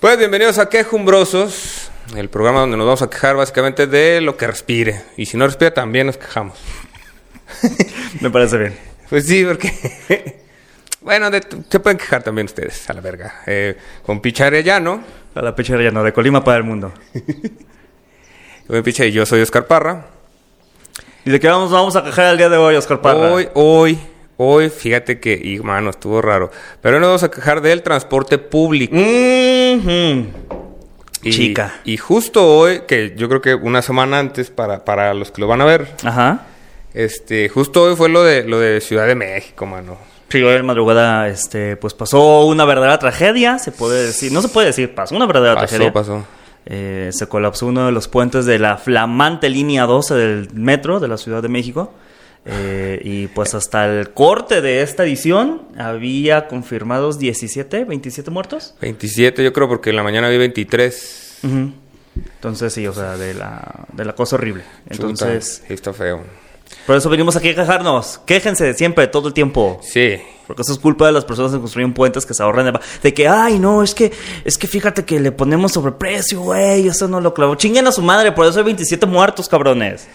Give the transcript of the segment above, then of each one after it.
Pues bienvenidos a Quejumbrosos, el programa donde nos vamos a quejar básicamente de lo que respire. Y si no respira, también nos quejamos. Me parece bien. Pues sí, porque. bueno, de- se pueden quejar también ustedes, a la verga. Eh, con Picha Arellano, A la pechera no, de Colima para el mundo. con Picha y yo soy Oscar Parra. ¿Y de qué vamos, vamos a quejar el día de hoy, Oscar Parra? Hoy, hoy, hoy, fíjate que, y mano, estuvo raro. Pero hoy nos vamos a quejar del transporte público. Mhm. Y- Mm, chica. Y justo hoy, que yo creo que una semana antes para, para los que lo van a ver, Ajá. este, justo hoy fue lo de, lo de Ciudad de México, mano. Sí, hoy en madrugada, este, pues pasó una verdadera tragedia, se puede decir. No se puede decir, pasó una verdadera Pasó, tragedia. pasó. Eh, se colapsó uno de los puentes de la flamante línea 12 del metro de la Ciudad de México. Eh, y pues hasta el corte de esta edición había confirmados 17, 27 muertos. 27 yo creo porque en la mañana vi 23. Ujú. Entonces, sí, o sea, de la, de la cosa horrible. Entonces, Chuta, sí está feo. por eso venimos aquí a quejarnos. Quéjense siempre, todo el tiempo. Sí. Porque eso es culpa de las personas que construyen puentes que se ahorran de, de que, ay, no, es que, es que fíjate que le ponemos sobreprecio, güey, eso no lo clavó. Chinguen a su madre, por eso hay 27 muertos, cabrones.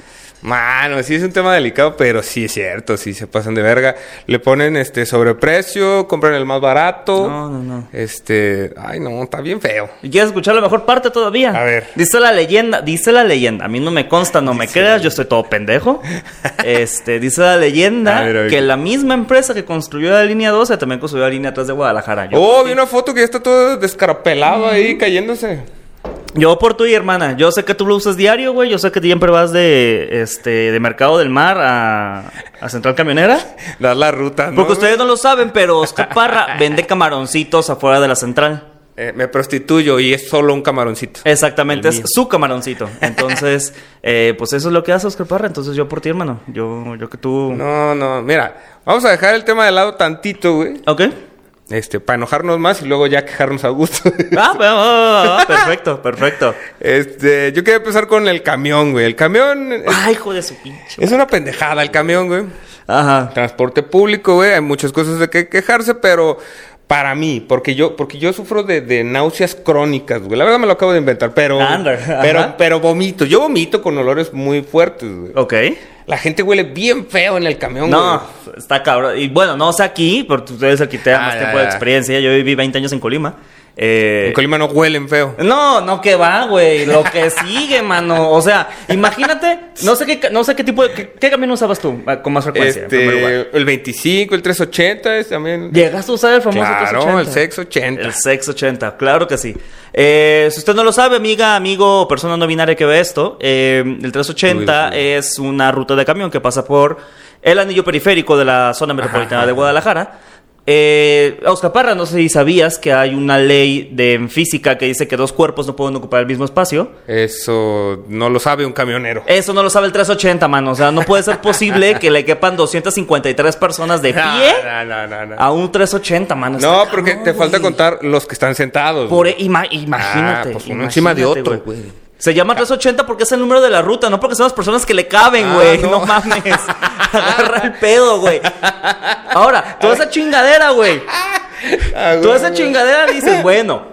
Mano, sí es un tema delicado, pero sí es cierto, sí se pasan de verga. Le ponen este sobreprecio, compran el más barato. No, no, no. Este, ay no, está bien feo. ¿Y quieres escuchar la mejor parte todavía? A ver. Dice la leyenda, dice la leyenda. A mí no me consta, no me creas, yo estoy todo pendejo. Este, dice la leyenda A ver, a ver. que la misma empresa que construyó la línea 12 también construyó la línea 3 de Guadalajara. Yo, oh, vi una foto que ya está todo descarapelado ahí cayéndose. yo por tu y hermana, yo sé que tú lo usas diario, güey. Yo sé que siempre vas de, este, de Mercado del Mar a, a Central Camionera. Das la ruta, ¿no? Porque ustedes no lo saben, pero Oscar Parra vende camaroncitos afuera de la central. Eh, me prostituyo y es solo un Eh. camaroncito. Exactamente, El es mío. su camaroncito. Entonces, eh, pues eso es lo que hace Oscar Parra. Entonces yo por ti, hermano. Yo, yo que tú... No, no, mira, vamos a dejar el tema de lado tantito, güey. ¿Ok? Este, para enojarnos más y luego ya quejarnos a gusto. Ah, pues, ah, ah, perfecto, perfecto. Este, yo quería empezar con el camión, güey. El camión es, Ay, hijo de su pinche. es una pendejada, el camión, güey. Ajá. Transporte público, güey. Hay muchas cosas de que quejarse, pero para mí, porque yo, porque yo sufro de, de náuseas crónicas, güey. La verdad me lo acabo de inventar, pero, Ándale, ajá. pero, pero vomito. Yo vomito con olores muy fuertes, güey. Ok. La gente huele bien feo en el camión, No, güey. está cabrón. Y bueno, no sé aquí, pero tú eres el que te da Ah, más ya, tiempo de ya. experiencia. Yo viví 20 años en Colima. Eh, En Colima no huelen feo. No, no que va, güey. Lo que sigue, mano. O sea, imagínate, no sé qué, no sé qué tipo de. ¿Qué, qué camión usabas tú ah, con más frecuencia? en primer lugar? Este, el 25, el 380 es también. ¿Llegaste a usar el famoso Claro, 380? el 680. El 680, claro que sí. Eh, si usted no lo sabe, amiga, amigo, persona no binaria que ve esto, eh, el 380 Uy, uy. es una ruta de camión que pasa por el anillo periférico de la zona metropolitana de Guadalajara. Eh, Oscar Parra, no sé si sabías que hay una ley de en física que dice que dos cuerpos no pueden ocupar el mismo espacio. Eso no lo sabe un camionero. Eso no lo sabe el 380, mano. O sea, no puede ser posible que le quepan 253 personas de pie No, no, Ah, no, no. a un 380, mano. No, Está porque cabrón, te falta güey. contar los que están sentados. Por, e, güey. ima- imagínate. Ah, pues uno encima de imagínate, otro, güey. Se llama 380 porque es el número de la ruta, no porque son las personas que le caben, Ah, güey. no. no. mames. Agarra el pedo, güey. Ahora, toda esa chingadera, güey. Ah, güey, Toda esa güey. chingadera dices, bueno,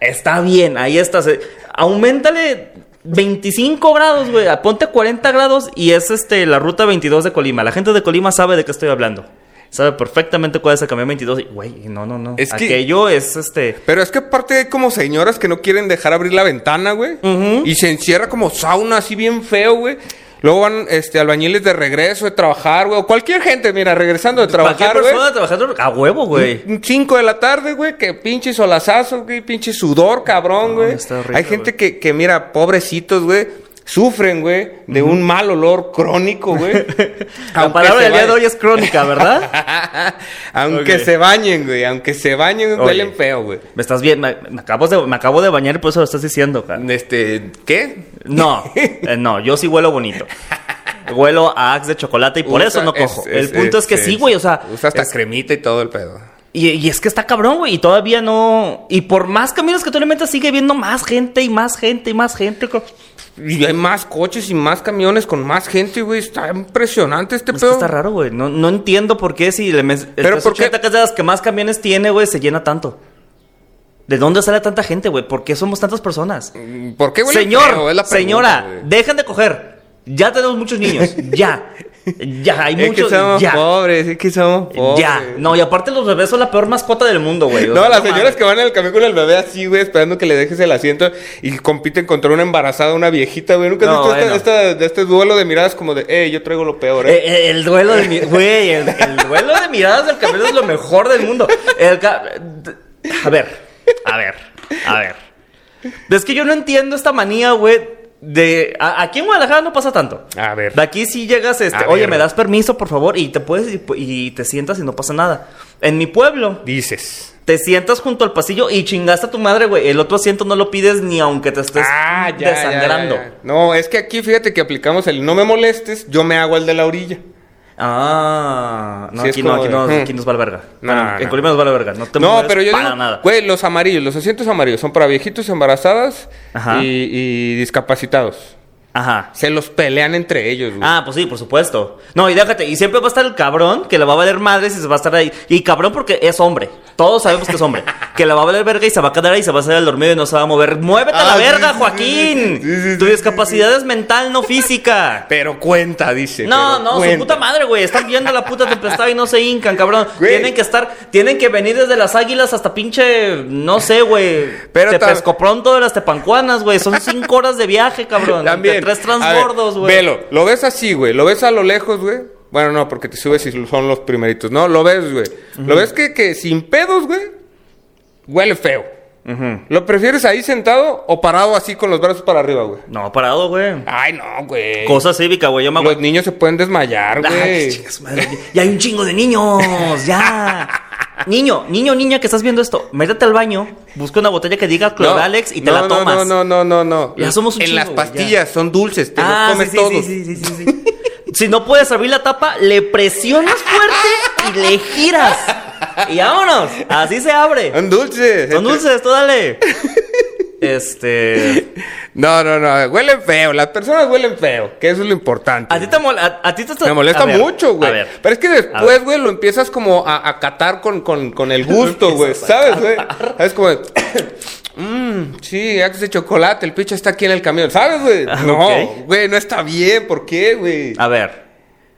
está bien, ahí estás. eh, Aumentale 25 grados, güey. Ah, Ponte 40 grados y es este la ruta 22 de Colima. La gente de Colima sabe de qué estoy hablando. Sabe perfectamente cuál es el camión 22. Y, Güey, no, no, no. Es que- Aquello es este. Pero es que aparte hay como señoras que no quieren dejar abrir la ventana, güey. Y se encierra como sauna así bien feo, güey. Luego van este, albañiles de regreso, de trabajar, güey. O cualquier gente, mira, regresando de trabajar, Cualquier güey. persona trabajando a huevo, güey. 5 de la tarde, güey, que pinche solazazo, güey, pinche sudor, cabrón, No, güey. está horrible, Hay gente que, que, mira, pobrecitos, güey, sufren, güey, de un mal olor crónico, güey. La Aunque palabra se del día de bañen- hoy es crónica, ¿verdad? Aunque Ok. se bañen, güey, aunque se bañen, Oye. huelen feo, güey. me estás bien, me, me acabas de, me acabo de bañar y por eso lo estás diciendo, cara. Este, ¿qué? No, eh, no, yo sí huelo bonito. Huelo a Axe de chocolate y por Usa- eso no cojo. es- este, el punto es, que sí, güey, o sea. Usa hasta es- cremita y todo el pedo. y, y es que está cabrón, güey, y todavía no. Y por más caminos que tú le metas, sigue viendo más gente y más gente y más gente. co- Y hay más coches y más camiones con más gente, güey. Está impresionante este Es que pedo. está raro, güey. No, no entiendo por qué si el, mes, el Pero ¿por qué? 380, que es de las que más camiones tiene, güey, se llena tanto. ¿De dónde sale tanta gente, güey? ¿Por qué somos tantas personas? ¿Por qué, güey? Señor, Creo, es la pregunta, señora, güey. dejen de coger. Ya tenemos muchos niños. ya. Ya, hay Es muchos. que somos ya. pobres, es que somos pobres. Ya. No, y aparte los bebés son la peor mascota del mundo, güey. O No, sea, las mames. señoras que van en el camión con el bebé así, güey, esperando que le dejes el asiento y compiten contra una embarazada, una viejita, güey. Nunca has No, visto esta- bueno. esta- de este duelo de miradas como de, eh, yo traigo lo peor, eh. Eh, eh, el duelo de mi- güey, el, el duelo de miradas del cabello es lo mejor del mundo. El ca- a ver, Eh, a ver, a ver. Es que yo no entiendo esta manía, güey. De a- aquí en Guadalajara no pasa tanto. A ver. De aquí sí llegas, este, A oye, ver. me das permiso, por favor, y te puedes y, pu- y te sientas y no pasa nada. En mi pueblo, Dices. te sientas junto al pasillo y chingaste a tu madre, güey. El otro asiento no lo pides ni aunque te estés desangrando. Ah, ya, ya. No, es que aquí fíjate que aplicamos el no me molestes, yo me hago el de la orilla. Ah, no, Sí, es aquí no, como aquí de, no, "Hmm". aquí nos va la verga. No, Bueno, en no. Colima nos va la verga. No te No, mueves pero yo para digo, nada. güey, los amarillos, los asientos amarillos son para viejitos, embarazadas Ajá. y, y discapacitados. Ajá. Se los pelean entre ellos, güey. Ah, pues sí, por supuesto. No, y déjate, y siempre va a estar el cabrón que le va a valer madre si se va a estar ahí. Y cabrón porque es hombre. Todos sabemos que es hombre. que le va a valer verga y se va a quedar ahí, se va a hacer el dormido y no se va a mover. ¡Muévete a Ah, la sí, verga, sí, sí, Joaquín! sí, sí, sí, tu sí, discapacidad es mental, no física. Pero cuenta, dice. No, pero no, cuenta. su puta madre, güey. Están viendo la puta tempestad y no se hincan, cabrón. Güey. Tienen que estar, tienen que venir desde las águilas hasta pinche, no sé, güey. Pero Te tam- pesco pronto de las tepancuanas, güey. Son cinco horas de viaje, cabrón. También. Entre tres A ver, transbordos, güey. Velo, lo ves así, güey. Lo ves a lo lejos, güey. Bueno, no, porque te subes y son los primeritos. No, lo ves, güey. Lo ves que, que sin pedos, güey, huele feo. ¿Lo prefieres ahí sentado o parado así con los brazos para arriba, güey? No, parado, güey. Ay, no, güey. Cosa cívica, güey. Yo me Los aguanto. niños se pueden desmayar, Ay, güey. chicas, madre. Y hay un chingo de niños, ya. Niño, niño, niña que estás viendo esto, métete al baño, busca una botella que diga No, Cloralex y te no, la tomas. No, no, no, no, no. Ya somos un En chingo, las güey, ya. pastillas son dulces, te los comes Ah, sí, sí, todos. sí, sí, sí, sí, sí. si no puedes abrir la tapa, le presionas fuerte y le giras. Y vámonos. Así se abre. Son dulces. Son dulces, tú dale. Este. No, no, no. Huelen feo. Las personas huelen feo, que eso es lo importante. A ti te mol- a, a ti te está- Me molesta a ver, mucho, güey. a ver. Pero es que a ver. después, güey, lo empiezas como a, a catar con, con, con el gusto, güey. ¿Sabes, güey? Es como... de, Mmm, sí, Axe de chocolate, el picho está aquí en el camión. ¿Sabes, güey? Ah, No, ok. Ah. güey, no está bien. ¿Por qué, güey? A ver.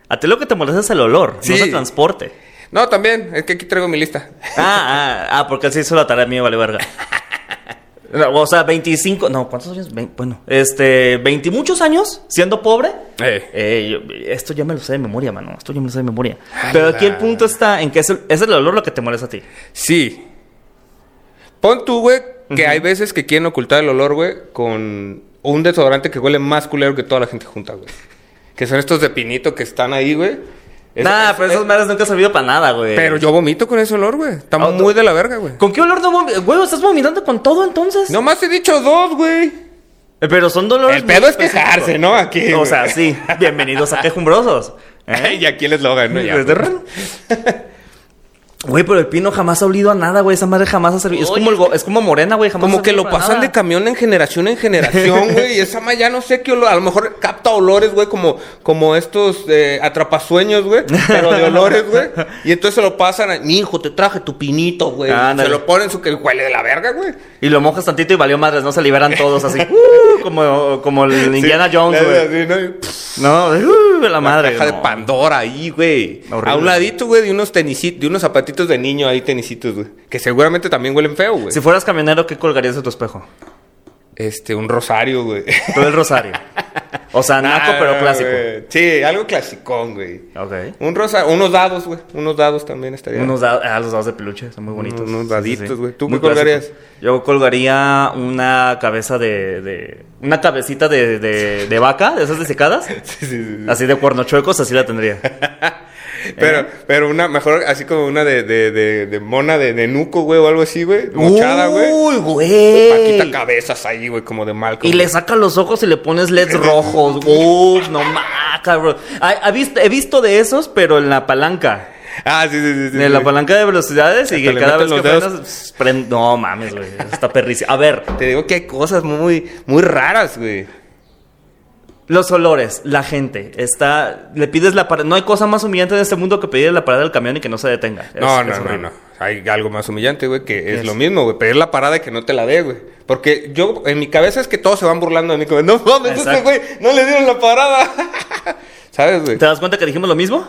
A ti lo que te molesta es el olor, Sí. no es el transporte. No, también. Es que aquí traigo mi lista. Ah, ah, ah, porque él se hizo la tarea mía, vale verga. No, o sea, 25, no, ¿cuántos años? Vein- bueno, este, 20 muchos años siendo pobre. Eh, yo- esto ya me lo sé de memoria, mano. Esto ya me lo sé de memoria. Pero aquí el punto está en que es el, es el olor lo que te molesta a ti. Sí. Pon tú, güey, que hay veces que quieren ocultar el olor, güey, con un desodorante que huele más culero que toda la gente junta, güey. Que son estos de pinito que están ahí, güey. Eso- nah, eso- pero esas madres nunca han servido para nada, güey. Pero yo vomito con ese olor, güey. Está Ah, tú- muy de la verga, güey. ¿Con qué olor no vomi- Güey, ¿estás vomitando con todo entonces? Nomás he dicho dos, güey. Eh, Pero son dolores. El pedo es muy específicos. quejarse, ¿no? Aquí, O güey. sea, sí. Bienvenidos a Quejumbrosos. ¿Eh? y aquí el eslogan, ¿no? Ya, Desde raro. Güey, pero el pino jamás ha olido a nada, güey. Esa madre jamás ha servido. Es como, el go- es como morena, güey. jamás ha Como que servido lo para pasan nada. de camión en generación en generación, güey. Y esa madre ya no sé qué olor. A lo mejor capta olores, güey, como, como estos eh, atrapasueños, güey. Pero de olores, güey. Y entonces se lo pasan a. Mi hijo, te traje tu pinito, güey. se Ándale. lo ponen su que huele de la verga, güey. Y lo mojas tantito y valió madres, no se liberan todos así. uh, como, como el Indiana Jones, Sí, güey. así, ¿no? Y, pff, No, uh, la madre. caja no. de Pandora ahí, güey. Horrible. A un ladito, güey, de unos tenisitos, de unos zapatitos de niño ahí, tenisitos, güey. Que seguramente también huelen feo, güey. Si fueras camionero, ¿qué colgarías de tu espejo? Este, un rosario, güey. Todo el rosario. O sea, naco, Ah, pero clásico. güey. Sí, algo clasicón, güey. Ok. Un rosa, unos dados, güey. Unos dados también estaría. Unos dados, ah, los dados de peluche, son muy bonitos. Unos Sí, sí, daditos, sí. güey. ¿Tú Muy qué colgarías? clásicos. Yo colgaría una cabeza de. de- una cabecita de, de, de vaca, de esas desecadas. Sí, sí, sí. Así de cuernos chuecos, así la tendría. Pero, ¿Eh? pero una, mejor así como una de, de, de, de mona de, de nuco, güey, o algo así, güey. Mochada, güey. Uy, Paquita güey. cabezas ahí, güey, como de Malcolm. Y le sacas los ojos y le pones LEDs rojos. Uf, no más, cabrón. Ah, ha visto- He visto de esos, pero en la palanca. Ah, sí, sí, sí. sí, En la sí. palanca de velocidades Hasta y que le cada vez metes que los dedos. frenas... prend- No mames, güey. Está perrísimo. A ver, Te digo que hay cosas muy, muy raras, güey. Los olores, la gente, está, le pides la parada, no hay cosa más humillante en este mundo que pedir la parada del camión y que no se detenga. Es- No, es no, no, horrible. no. Hay algo más humillante, güey, que es, es? lo mismo, güey. Pedir la parada y que no te la dé, güey. Porque yo, en mi cabeza es que todos se van burlando de mí. Como, no mames, este Exacto. güey, no le dieron la parada. ¿Sabes, güey? ¿Te das cuenta que dijimos lo mismo?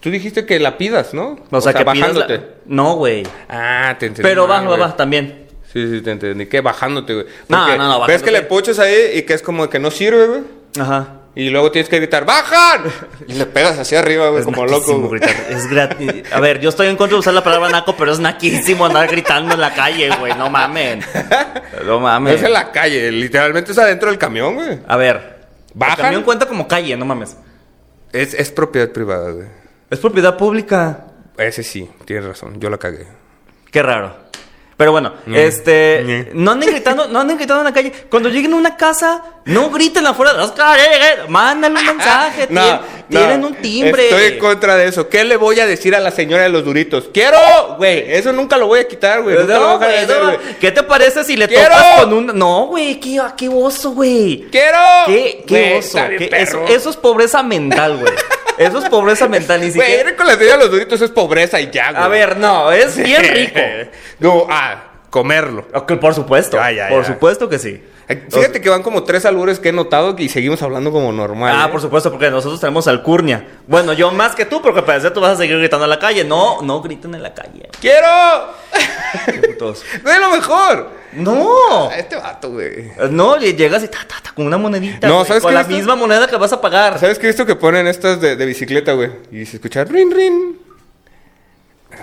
Tú dijiste que la pidas, ¿no? O, sea, que pidas la- bajándote. No, güey. Ah, te entendí. Pero mal, baja, güey. baja también. Sí, sí, te entendí. Que bajándote, güey. No, Porque no, no, Ves que bajándote. le pochas ahí y que es como que no sirve, güey. Ajá. Y luego tienes que gritar, ¡bajan! Y le pegas hacia arriba, güey, Es como naquísimo loco. güey. gritar, Es gratis. A ver, yo estoy en contra de usar la palabra naco, pero es naquísimo andar gritando en la calle, güey. No mamen. No No mamen. es en la calle, literalmente es adentro del camión, güey. A ver. Bajan. El camión cuenta como calle, no mames. Es, es propiedad privada, güey. Es propiedad pública. Ese sí, tienes razón, yo la cagué. Qué raro. Pero bueno, este. Ñe. No anden gritando, no anden gritando en la calle. Cuando lleguen a una casa, no griten afuera de eh, las calles. Mándenle un mensaje. Ah, No, tiren, no, tiren un timbre. Estoy en contra de eso. ¿Qué le voy a decir a la señora de los duritos? ¡Quiero! Güey, eso nunca lo voy a quitar, güey. Pues Nunca lo no, voy a güey, dejar de no, hacer, güey. ¿Qué te parece si le ¡Quiero! topas con un.? No, güey, qué, ah, qué oso, güey. ¡Quiero! Qué, qué Güey, oso. está bien qué- eso, perro. eso es pobreza mental, güey. Eso es pobreza mental. Ni Güey, siquiera. ir con la señora de los duritos es pobreza y ya, güey. A ver, no, es bien rico. no, ah, comerlo. Ok, por supuesto. Ya, ya, por ya. supuesto que sí. Eh, Fíjate que van como tres albures que he notado y seguimos hablando como normal. Ah, ¿eh? por supuesto, porque nosotros tenemos alcurnia. Bueno, yo más que tú, porque para eso tú vas a seguir gritando en la calle. No, no griten en la calle. ¡Quiero! putos. ¡No es lo mejor! No. A este vato, güey. No, y llegas y ta, ta, ta, con una monedita. No, güey, ¿sabes Con qué la viste? misma moneda que vas a pagar. ¿Sabes qué? Esto que ponen estas de, de bicicleta, güey. Y se escucha rin, rin.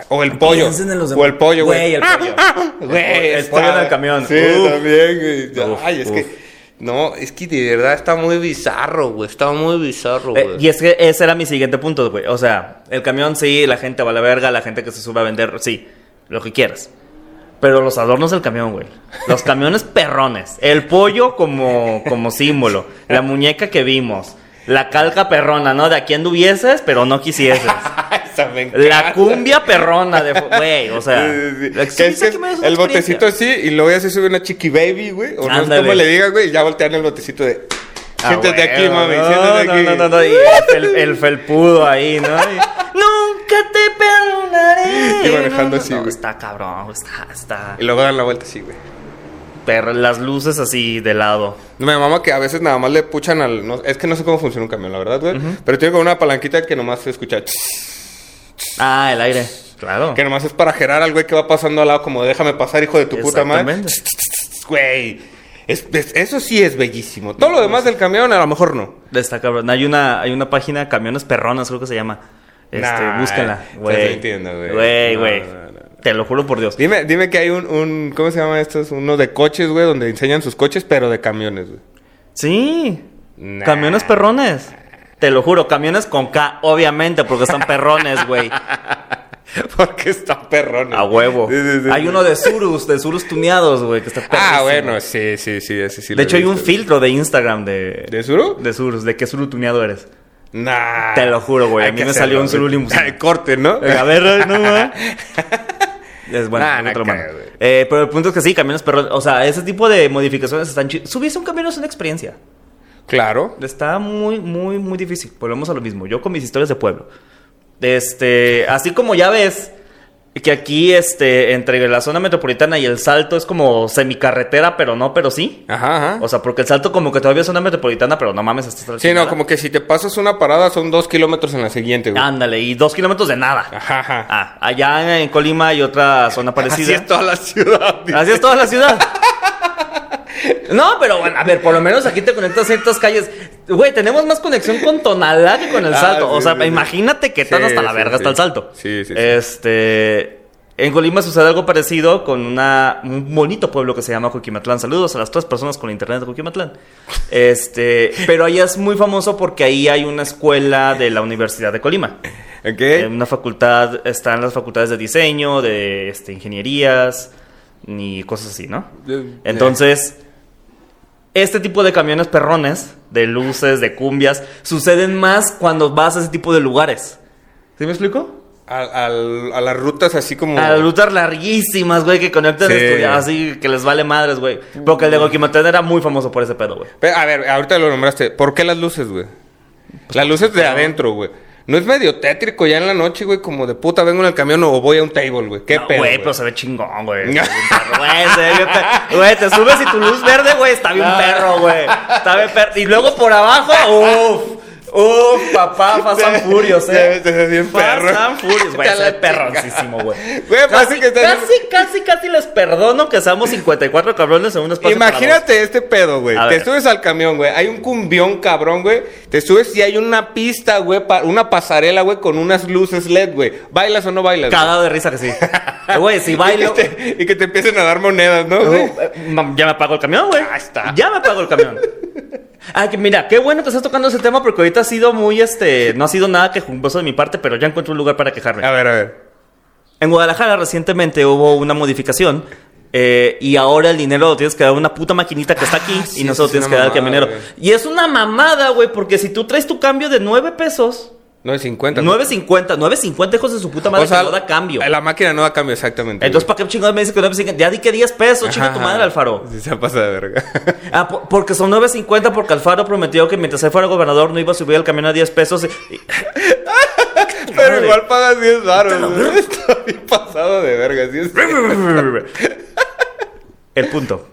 O el pollo. Ah, Piensen en los O demás. el pollo, güey. Güey, el pollo. El Güey, pollo ah, en el camión. Sí, Uf. también, güey. Uf, Ay, es uf. que. No, es que de verdad está muy bizarro, güey. Está muy bizarro, Eh, güey. y es que ese era mi siguiente punto, güey. O sea, el camión sí, la gente va a la verga, la gente que se sube a vender, sí, lo que quieras. Pero los adornos del camión, güey. Los camiones perrones. El pollo como, como símbolo. La muñeca que vimos. La calca perrona, ¿no? De aquí anduvieses, pero no quisieses. Esa me La encanta. cumbia perrona de... fu- Güey, o sea... Sí, sí, sí. la- Que sí, es sé que que me das una el experiencia. botecito así y luego ya se sube una chiqui baby, güey. O no sé Ándale. cómo le diga, güey. Y ya voltean el botecito de. Ah, Siéntate güey, aquí, mami. no, siéntate no, aquí. No, no, no, y el, fel- el felpudo ahí, ¿no? Y, Nunca te perdonaré. Y manejando No, no, así, no, güey. Está cabrón, está, está. Y luego dan la vuelta así, güey. Pero las luces así de lado. Me mama que a veces nada más le puchan al. no- es que no sé cómo funciona un camión, la verdad, güey. Pero tiene como una palanquita que nomás se escucha. tss, Ah, el aire. Claro. Que nomás es para gerar al güey que va pasando al lado, como déjame pasar, hijo de tu puta madre. Exactamente. Tss, Güey. Es- es- eso sí es bellísimo. Todo lo demás del camión, a lo mejor no. Está cabrón. Hay una, hay una página, Camiones Perronas, creo que se llama. Este, Nah, búscala. estás Güey. mintiendo, güey. Güey, No, güey. no, no. Te lo juro por Dios. Dime, dime que hay un, un. ¿Cómo se llama estos? Uno de coches, güey, donde enseñan sus coches, pero de camiones, güey. Sí. Nah. Camiones perrones. Te lo juro, camiones con K, obviamente, porque están perrones, güey. Porque están perrones. A huevo. Sí, sí, sí, hay sí. uno de Surus, de Surus tuneados, güey, que está Ah, perrísimo. bueno, sí, sí, sí, ese sí. lo De he hecho, hay un visto. filtro de Instagram de, ¿De Zuru? de Surus, de qué Surus tuneado eres. Nah. Te lo juro, güey, a Hay mí que me salió un hacerlo, güey. Zulu limusina. Corte, ¿no? Eh, A ver, no, ma. Es bueno, Nah, nah, otro mano. cae, güey. Eh, pero el punto es que sí, camiones perrones. O sea, ese tipo de modificaciones están chidas. Subirse a un camión es una experiencia. Claro. Está muy, muy, muy difícil. Volvemos a lo mismo. Yo con mis historias de pueblo. Este, así como ya ves que aquí, este, entre la zona metropolitana y el salto es como semicarretera, pero no, pero sí. Ajá, ajá. O sea, porque el salto como que todavía es zona metropolitana, pero no mames, hasta sí, no, como que si te pasas una parada son dos kilómetros en la siguiente, güey. Ándale, y dos kilómetros de nada. Ajá, ajá. Ah, allá en Colima hay otra zona parecida. Ah, Así es toda la ciudad. dice. Así es toda la ciudad. No, pero bueno, a ver, por lo menos aquí te conectas a ciertas calles. Güey, tenemos más conexión con Tonalá que con el Ah, salto. sí, o sea, sí, sí. imagínate que tan Sí, hasta la sí, verga sí. hasta el salto. Sí, sí, sí. Este. En Colima sucede algo parecido con una, un bonito pueblo que se llama Coquimatlán. Saludos a las tres personas con internet de Coquimatlán. Este, pero allá es muy famoso porque ahí hay una escuela de la Universidad de Colima. Ok. En una facultad están las facultades de diseño, de este, ingenierías y cosas así, ¿no? Eh, Entonces, este tipo de camiones perrones, de luces, de cumbias, suceden más cuando vas a ese tipo de lugares. ¿Sí me explico? Eh, al- al- a las rutas así como. A las rutas larguísimas, güey, que conectan Oh. Sí. estudiados así que les vale madres, güey. Porque el de Coquimatlán era muy famoso por ese pedo, güey. Pe- A ver, ahorita lo nombraste. ¿Por qué las luces, güey? Las luces de adentro, güey. ¿No es medio tétrico ya en la noche, güey? Como de puta vengo en el camión o voy a un table, güey. ¿Qué No, pedo? Güey, Pues, güey? pero se ve chingón, güey. Güey, se ve bien perro. Güey, te subes y tu luz verde, güey, está bien perro, güey. Está bien perro. Y luego por abajo, uff. Uff, papá, Fast and Furious, eh. Te- te ves bien perro. Fast and Furious, güey. Te Se la ve chinga. perroncísimo, güey. Güey, Casi, parece que estás- casi, casi, casi les perdono que seamos 54 cabrones en un espacio para Imagínate este pedo, güey. A Te ver. subes al camión, güey. Hay un cumbión cabrón, güey. Te subes y hay una pista, güey, pa- una pasarela, güey, con unas luces LED, güey. ¿Bailas o no bailas? dos. Cagado de risa que sí. Eh, Güey, si güey? bailo. Y, que te, y que te empiecen a dar monedas, ¿no? Uh, güey? eh, mam, ya me apago el camión, güey. Ah, está. Ya me apago el camión. Ah, que mira, qué bueno que estás tocando ese tema porque ahorita ha sido muy, este, no ha sido nada quejumbroso de mi parte, pero ya encuentro un lugar para quejarme. A ver, a ver. En Guadalajara recientemente hubo una modificación eh, y ahora el dinero lo tienes que dar a una puta maquinita que está aquí Ah, sí, y no se eso lo es tienes una que dar al mamada, camionero. Y es una mamada, güey, porque si tú traes tu cambio de 9 pesos, 9.50. 9.50, 9.50 hijos de su puta madre pues. O sea, que no da cambio. La máquina no da cambio, exactamente. Entonces, güey. ¿para qué chingados me dices que 9.50? Ya di que 10 pesos, chinga tu Ajá. madre, Alfaro. Sí, se pasa de verga. Ah, po- porque son 9.50 porque Alfaro prometió que mientras él fuera gobernador no iba a subir el camión a 10 pesos. y- y- Pero igual pagas 10 baros, güey. Está bien pasado de verga. sí es- El punto.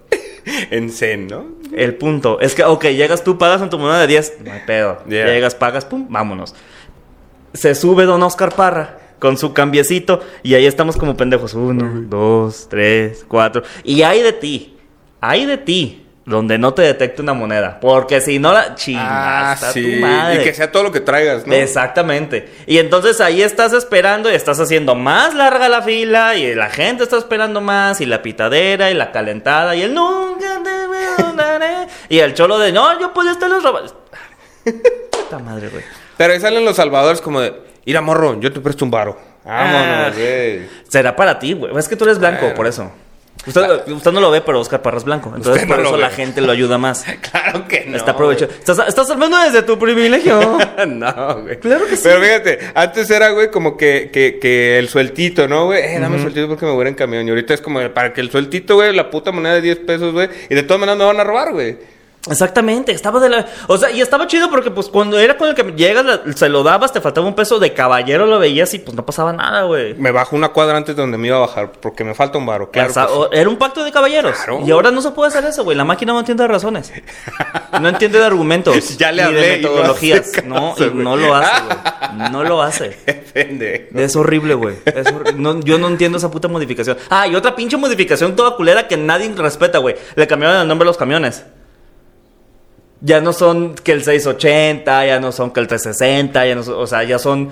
en Zen, ¿no? El punto. Es que, ok, llegas tú, pagas en tu moneda de 10. No hay pedo. Yeah. Llegas, pagas, pum, vámonos. Se sube don Oscar Parra con su cambiecito y ahí estamos como pendejos. Uno, dos, tres, cuatro. Y hay de ti. Hay de ti. Donde no te detecte una moneda. Porque si no la chingas, está tu madre. Ah, Y que sea todo lo que traigas, ¿no? Exactamente. Y entonces ahí estás esperando y estás haciendo más larga la fila y la gente está esperando más y la pitadera y la calentada y el nunca te perdonaré y el cholo de no, yo pues te los robas. Puta madre, güey. Pero ahí salen los salvadores como de, ir a morro, yo te presto un varo. Ah. Vámonos, güey. Será para ti, güey. Es que tú eres blanco, Bueno. por eso. Usted, usted no lo ve, pero Oscar Parra es blanco. Entonces Usted no por lo eso ve. la gente lo ayuda más. Claro que no. Está aprovechando. Estás, estás hablando desde tu privilegio. güey. no, güey. Claro que sí. Pero fíjate, antes era, güey, como que, que, que el sueltito, ¿no, güey? Eh, dame el sueltito porque me voy a ir en camión. Y ahorita es como para que el sueltito, güey, la puta moneda de 10 pesos, güey. Y de todas maneras me van a robar, güey. Exactamente, estaba de la... O sea, y estaba chido porque pues cuando era con el que llegas, la- se lo dabas, te faltaba un peso de caballero, lo veías y pues no pasaba nada, güey. Me bajo una cuadra antes de donde me iba a bajar porque me falta un varo, claro. O sea, que sí. o- Era un pacto de caballeros. Claro. Y ahora no se puede hacer eso, güey. La máquina no entiende razones. No entiende de argumentos. Ya le ni de hablé y no metodologías. hace No, caso, y no güey. lo hace, güey. No lo hace. Depende. Es horrible, güey. Es horri- no, yo no entiendo esa puta modificación. Ah, y otra pinche modificación toda culera que nadie respeta, güey. Le cambiaron el nombre a los camiones. Ya no son que el 680, ya no son que el 360, ya no son- o sea, ya son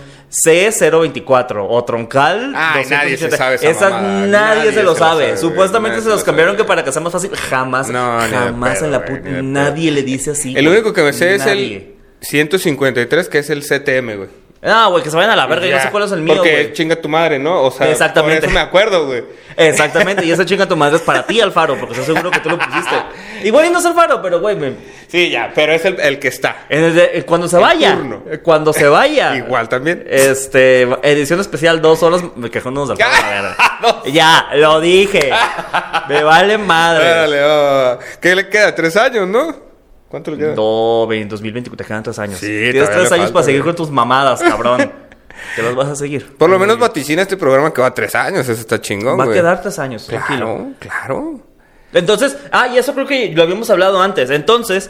C024 o troncal. Ay, 287. nadie se sabe esa Esas mamada. nadie, Nadie se se lo lo sabe. sabe, güey. Supuestamente Nadie se se los lo cambiaron sabe. que para que sea más fácil. Jamás, No, ni de jamás pedo, en la güey, puta ni de pedo. nadie le dice así. El güey. único que me sé es Nadie. el 153, que es el CTM, güey. Ah, güey, que se vayan a la verga, yo no sé Ya. cuál es el mío, Porque güey. chinga tu madre, ¿no? O sea, Exactamente. por eso me acuerdo, güey. Exactamente, y esa chinga tu madre es para ti, Alfaro, porque estoy seguro que tú lo pusiste. Igual y no es Alfaro, pero güey, me- Sí, ya, pero es el, el que está. en el de- eh, cuando se vaya, turno. eh, cuando se vaya. Igual también. Este, edición especial, dos horas, me quejándonos de Alfaro. la verga. Dos. Ya, lo dije. Me vale madre. Órale, va, va. ¿Qué le queda? ¿Tres años, no? ¿Cuánto le queda? No, ve, en 2024 te quedan tres años. Sí, Tienes todavía tres le años falta, para seguir güey. con tus mamadas, cabrón. Te los vas a seguir. Por lo menos vaticina este programa que va a tres años. Eso está chingón, Va a güey. quedar tres años, tranquilo. Claro, claro. Entonces, ah, y eso creo que lo habíamos hablado antes. Entonces,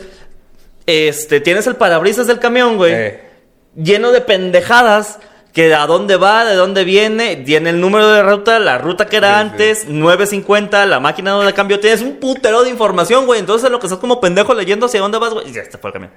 este, tienes el parabrisas del camión, güey, Eh, lleno de pendejadas. Que a dónde va, de dónde viene, tiene el número de ruta, la ruta que era Sí, sí. antes, 950, la máquina donde cambio, tienes un putero de información, güey. Entonces lo que estás como pendejo leyendo hacia dónde vas, güey. y Ya está por el camión.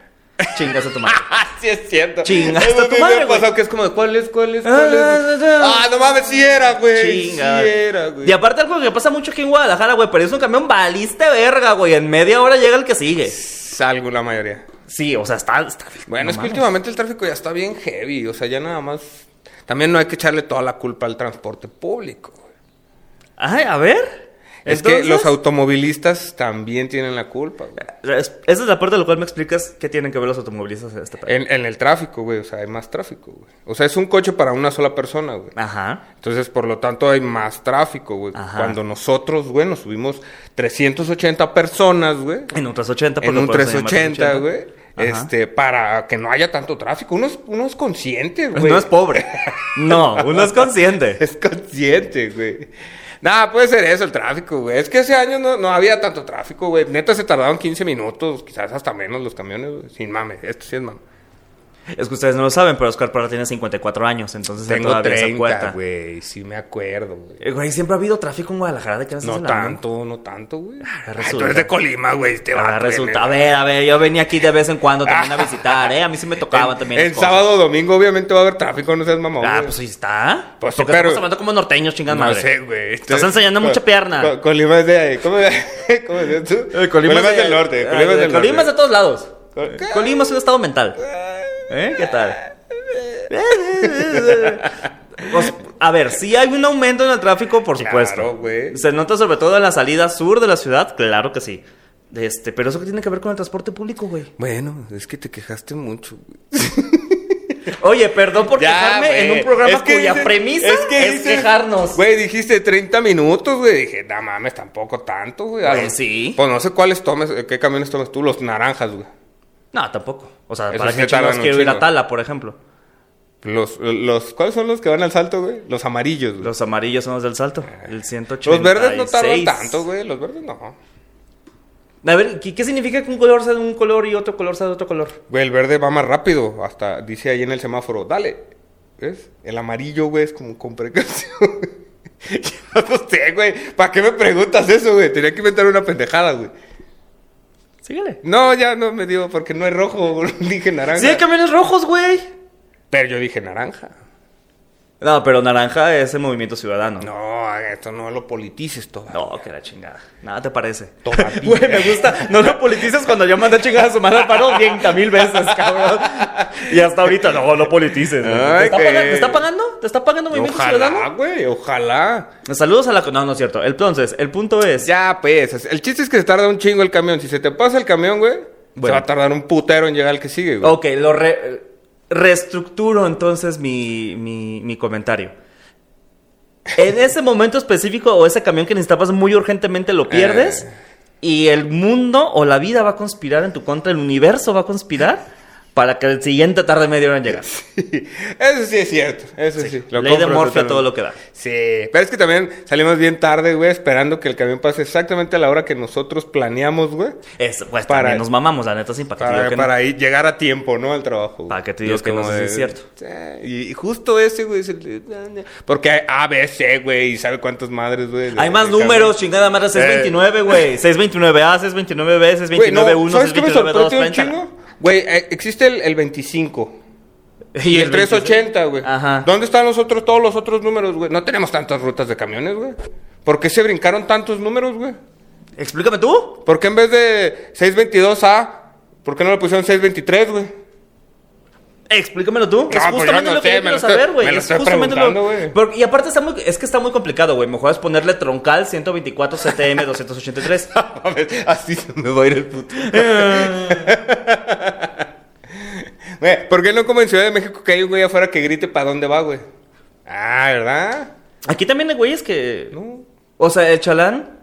Chingas a tu madre. Ah, sí, es cierto. Chinga, Eso hasta a tu mí me madre, ha güey. pasado que es como de cuál es, cuál es, Ah, cuál es. ah, ah. Ah, no mames, sí era, güey. Sí Chinga. era, güey. y aparte algo que pasa mucho aquí en Guadalajara, güey, pero es un camión baliste verga, güey. En media hora llega el que sigue. Salgo la mayoría. Sí, o sea, está. está Bueno, no es que mames. últimamente el tráfico ya está bien heavy, o sea, ya nada más... También no hay que echarle toda la culpa al transporte público. güey. Ay, a ver. Es Entonces- que los automovilistas también tienen la culpa, güey. Es- Esa es la parte de la cual me explicas qué tienen que ver los automovilistas en este país. En, en el tráfico, güey. O sea, hay más tráfico, güey. O sea, es un coche para una sola persona, güey. Ajá. Entonces, por lo tanto, hay más tráfico, güey. Ajá. Cuando nosotros, güey, nos subimos 380 personas, güey. En un 380, En porque un por eso se llama 380, güey. 380. Ajá. Este, para que no haya tanto tráfico. Uno es, uno es consciente, güey. Pues No es pobre. No, uno es consciente. Es consciente, güey. Nada, puede ser eso el tráfico, güey. Es que ese año no, no había tanto tráfico, güey. Neta se tardaron 15 minutos, quizás hasta menos los camiones, güey. Sin mame, esto sí es mame. Es que ustedes no lo saben, pero Oscar Parra tiene 54 años, entonces él Tengo todavía se 30, acuerda. güey. Sí me acuerdo, güey. Eh, Güey, siempre ha habido tráfico en Guadalajara de que No tanto, no tanto, güey. Ah, Ay, tú resulta. eres de Colima, güey. Este Ahora vato, güey, resulta, a neta. ver, a ver, yo venía aquí de vez en cuando también a visitar, ¿eh? A mí sí me tocaban En- también. En, las cosas. sábado domingo, obviamente, va a haber tráfico, no seas mamón. Ah, güey. pues ahí está. Pues sí, Porque pero- estamos hablando como norteños, chingan No madre. sé, güey. Este, Estás enseñando mucha pierna. Co- Colima es de. ¿Cómo, cómo decías tú? Eh, Colima es del norte. eh, Colima es del Colima es de norte. todos lados. ¿Por qué? Colima es un estado mental. ¿Eh? ¿Qué tal? Pues, a ver, sí hay un aumento en el tráfico, por Claro, supuesto. güey. Se nota sobre todo en la salida sur de la ciudad, claro que sí. Este, pero eso que tiene que ver con el transporte público, güey. Bueno, es que te quejaste mucho. güey. Oye, perdón por quejarme güey. en un programa Es que cuya dices- premisa es, dices- quejarnos. Güey, dijiste 30 minutos, güey. Dije, no mames, tampoco tanto, güey. A Güey, lo- sí. Pues no sé cuáles tomes, eh, qué camiones tomes tú, los naranjas, güey. No, tampoco. O sea, Eso para sí qué tardan chingados un quiero ir a chingo. Tala, por ejemplo. Los, eh, los, ¿cuáles son los que van al salto, güey? Los amarillos, güey. Los, Los amarillos son los del salto. El 186. verdes no tardan tanto, güey. Los verdes no. A ver, ¿qué, qué significa que un color sea de un color y otro color sea de otro color? Güey, el verde va más rápido. Hasta dice ahí en el semáforo, dale. ¿Ves? El amarillo, güey, es como con precaución. Yo no sé, güey. ¿Para qué me preguntas eso, güey? Tenía que inventar una pendejada, güey. Síguele. No, ya no me digo porque no es rojo. dije naranja. Sí, hay camiones rojos, güey. Pero yo dije naranja. No, pero naranja es el movimiento ciudadano. No, esto no lo politices todo. No, que la chingada. Nada te parece. Todavía. Güey, me gusta. No lo politizas cuando yo mandé a chingar a su madre al paro 30 mil veces, cabrón. Y hasta ahorita, no, no politices. güey. ¿Te, Ay, que- está pagando, ¿Te está pagando? ¿Te está pagando Movimiento Ojalá, Ciudadano? güey, ojalá. Saludos a la... No, no es cierto. Entonces, el punto es... Ya, pues. es- El chiste es que se tarda un chingo el camión. Si se te pasa el camión, güey, se Bueno. va a tardar un putero en llegar al que sigue, güey. Ok, lo re- reestructuro entonces mi, mi- mi comentario. En ese momento específico o ese camión que necesitabas muy urgentemente lo pierdes Eh. y el mundo o la vida va a conspirar en tu contra, el universo va a conspirar para que el siguiente tarde media hora en llegar. Eso sí es cierto. Eso sí. lo Ley de compro Morphy a todo totalmente. lo que da. Sí, pero es que también salimos bien tarde, güey, esperando que el camión pase exactamente a la hora que nosotros planeamos, güey. Eso, pues Para- también nos mamamos, la neta, sin para que te Para, digo que no. para ir- llegar a tiempo, ¿no? Al trabajo. güey. Para que te Y digas que no, como eso sí de- es cierto. Sí, Y, y justo ese, güey. es el de- Porque hay ABC, güey, y sabe cuántas madres, güey. de- Hay más de números, camión. Eh. chingada madre, 629, güey. 629A, 629B, 629-1, Güey, no, 629-2, ¿Sabes qué me sorprendió un 30. chingo? Güey, eh, existe el, el 25. Y Y el 380, güey. Ajá. ¿Dónde están los otros, todos los otros números, güey? No tenemos tantas rutas de camiones, güey. ¿Por qué se brincaron tantos números, güey? Explícame tú. ¿Por qué en vez de 622A, por qué no le pusieron 623, güey? Explícamelo tú. que es No, pues yo justamente no lo que sé, me yo quiero lo estoy- saber, güey. me lo Es estoy justamente preguntando, güey. Porque- y aparte está muy, es que está muy complicado, güey. Mejor es ponerle troncal 124 CTM 283. Así se me va a ir el puto. Güey, ¿Por qué no como en Ciudad de México que hay un güey afuera que grite para dónde va, güey? Ah, ¿verdad? Aquí también hay güeyes que. No. O sea, el chalán.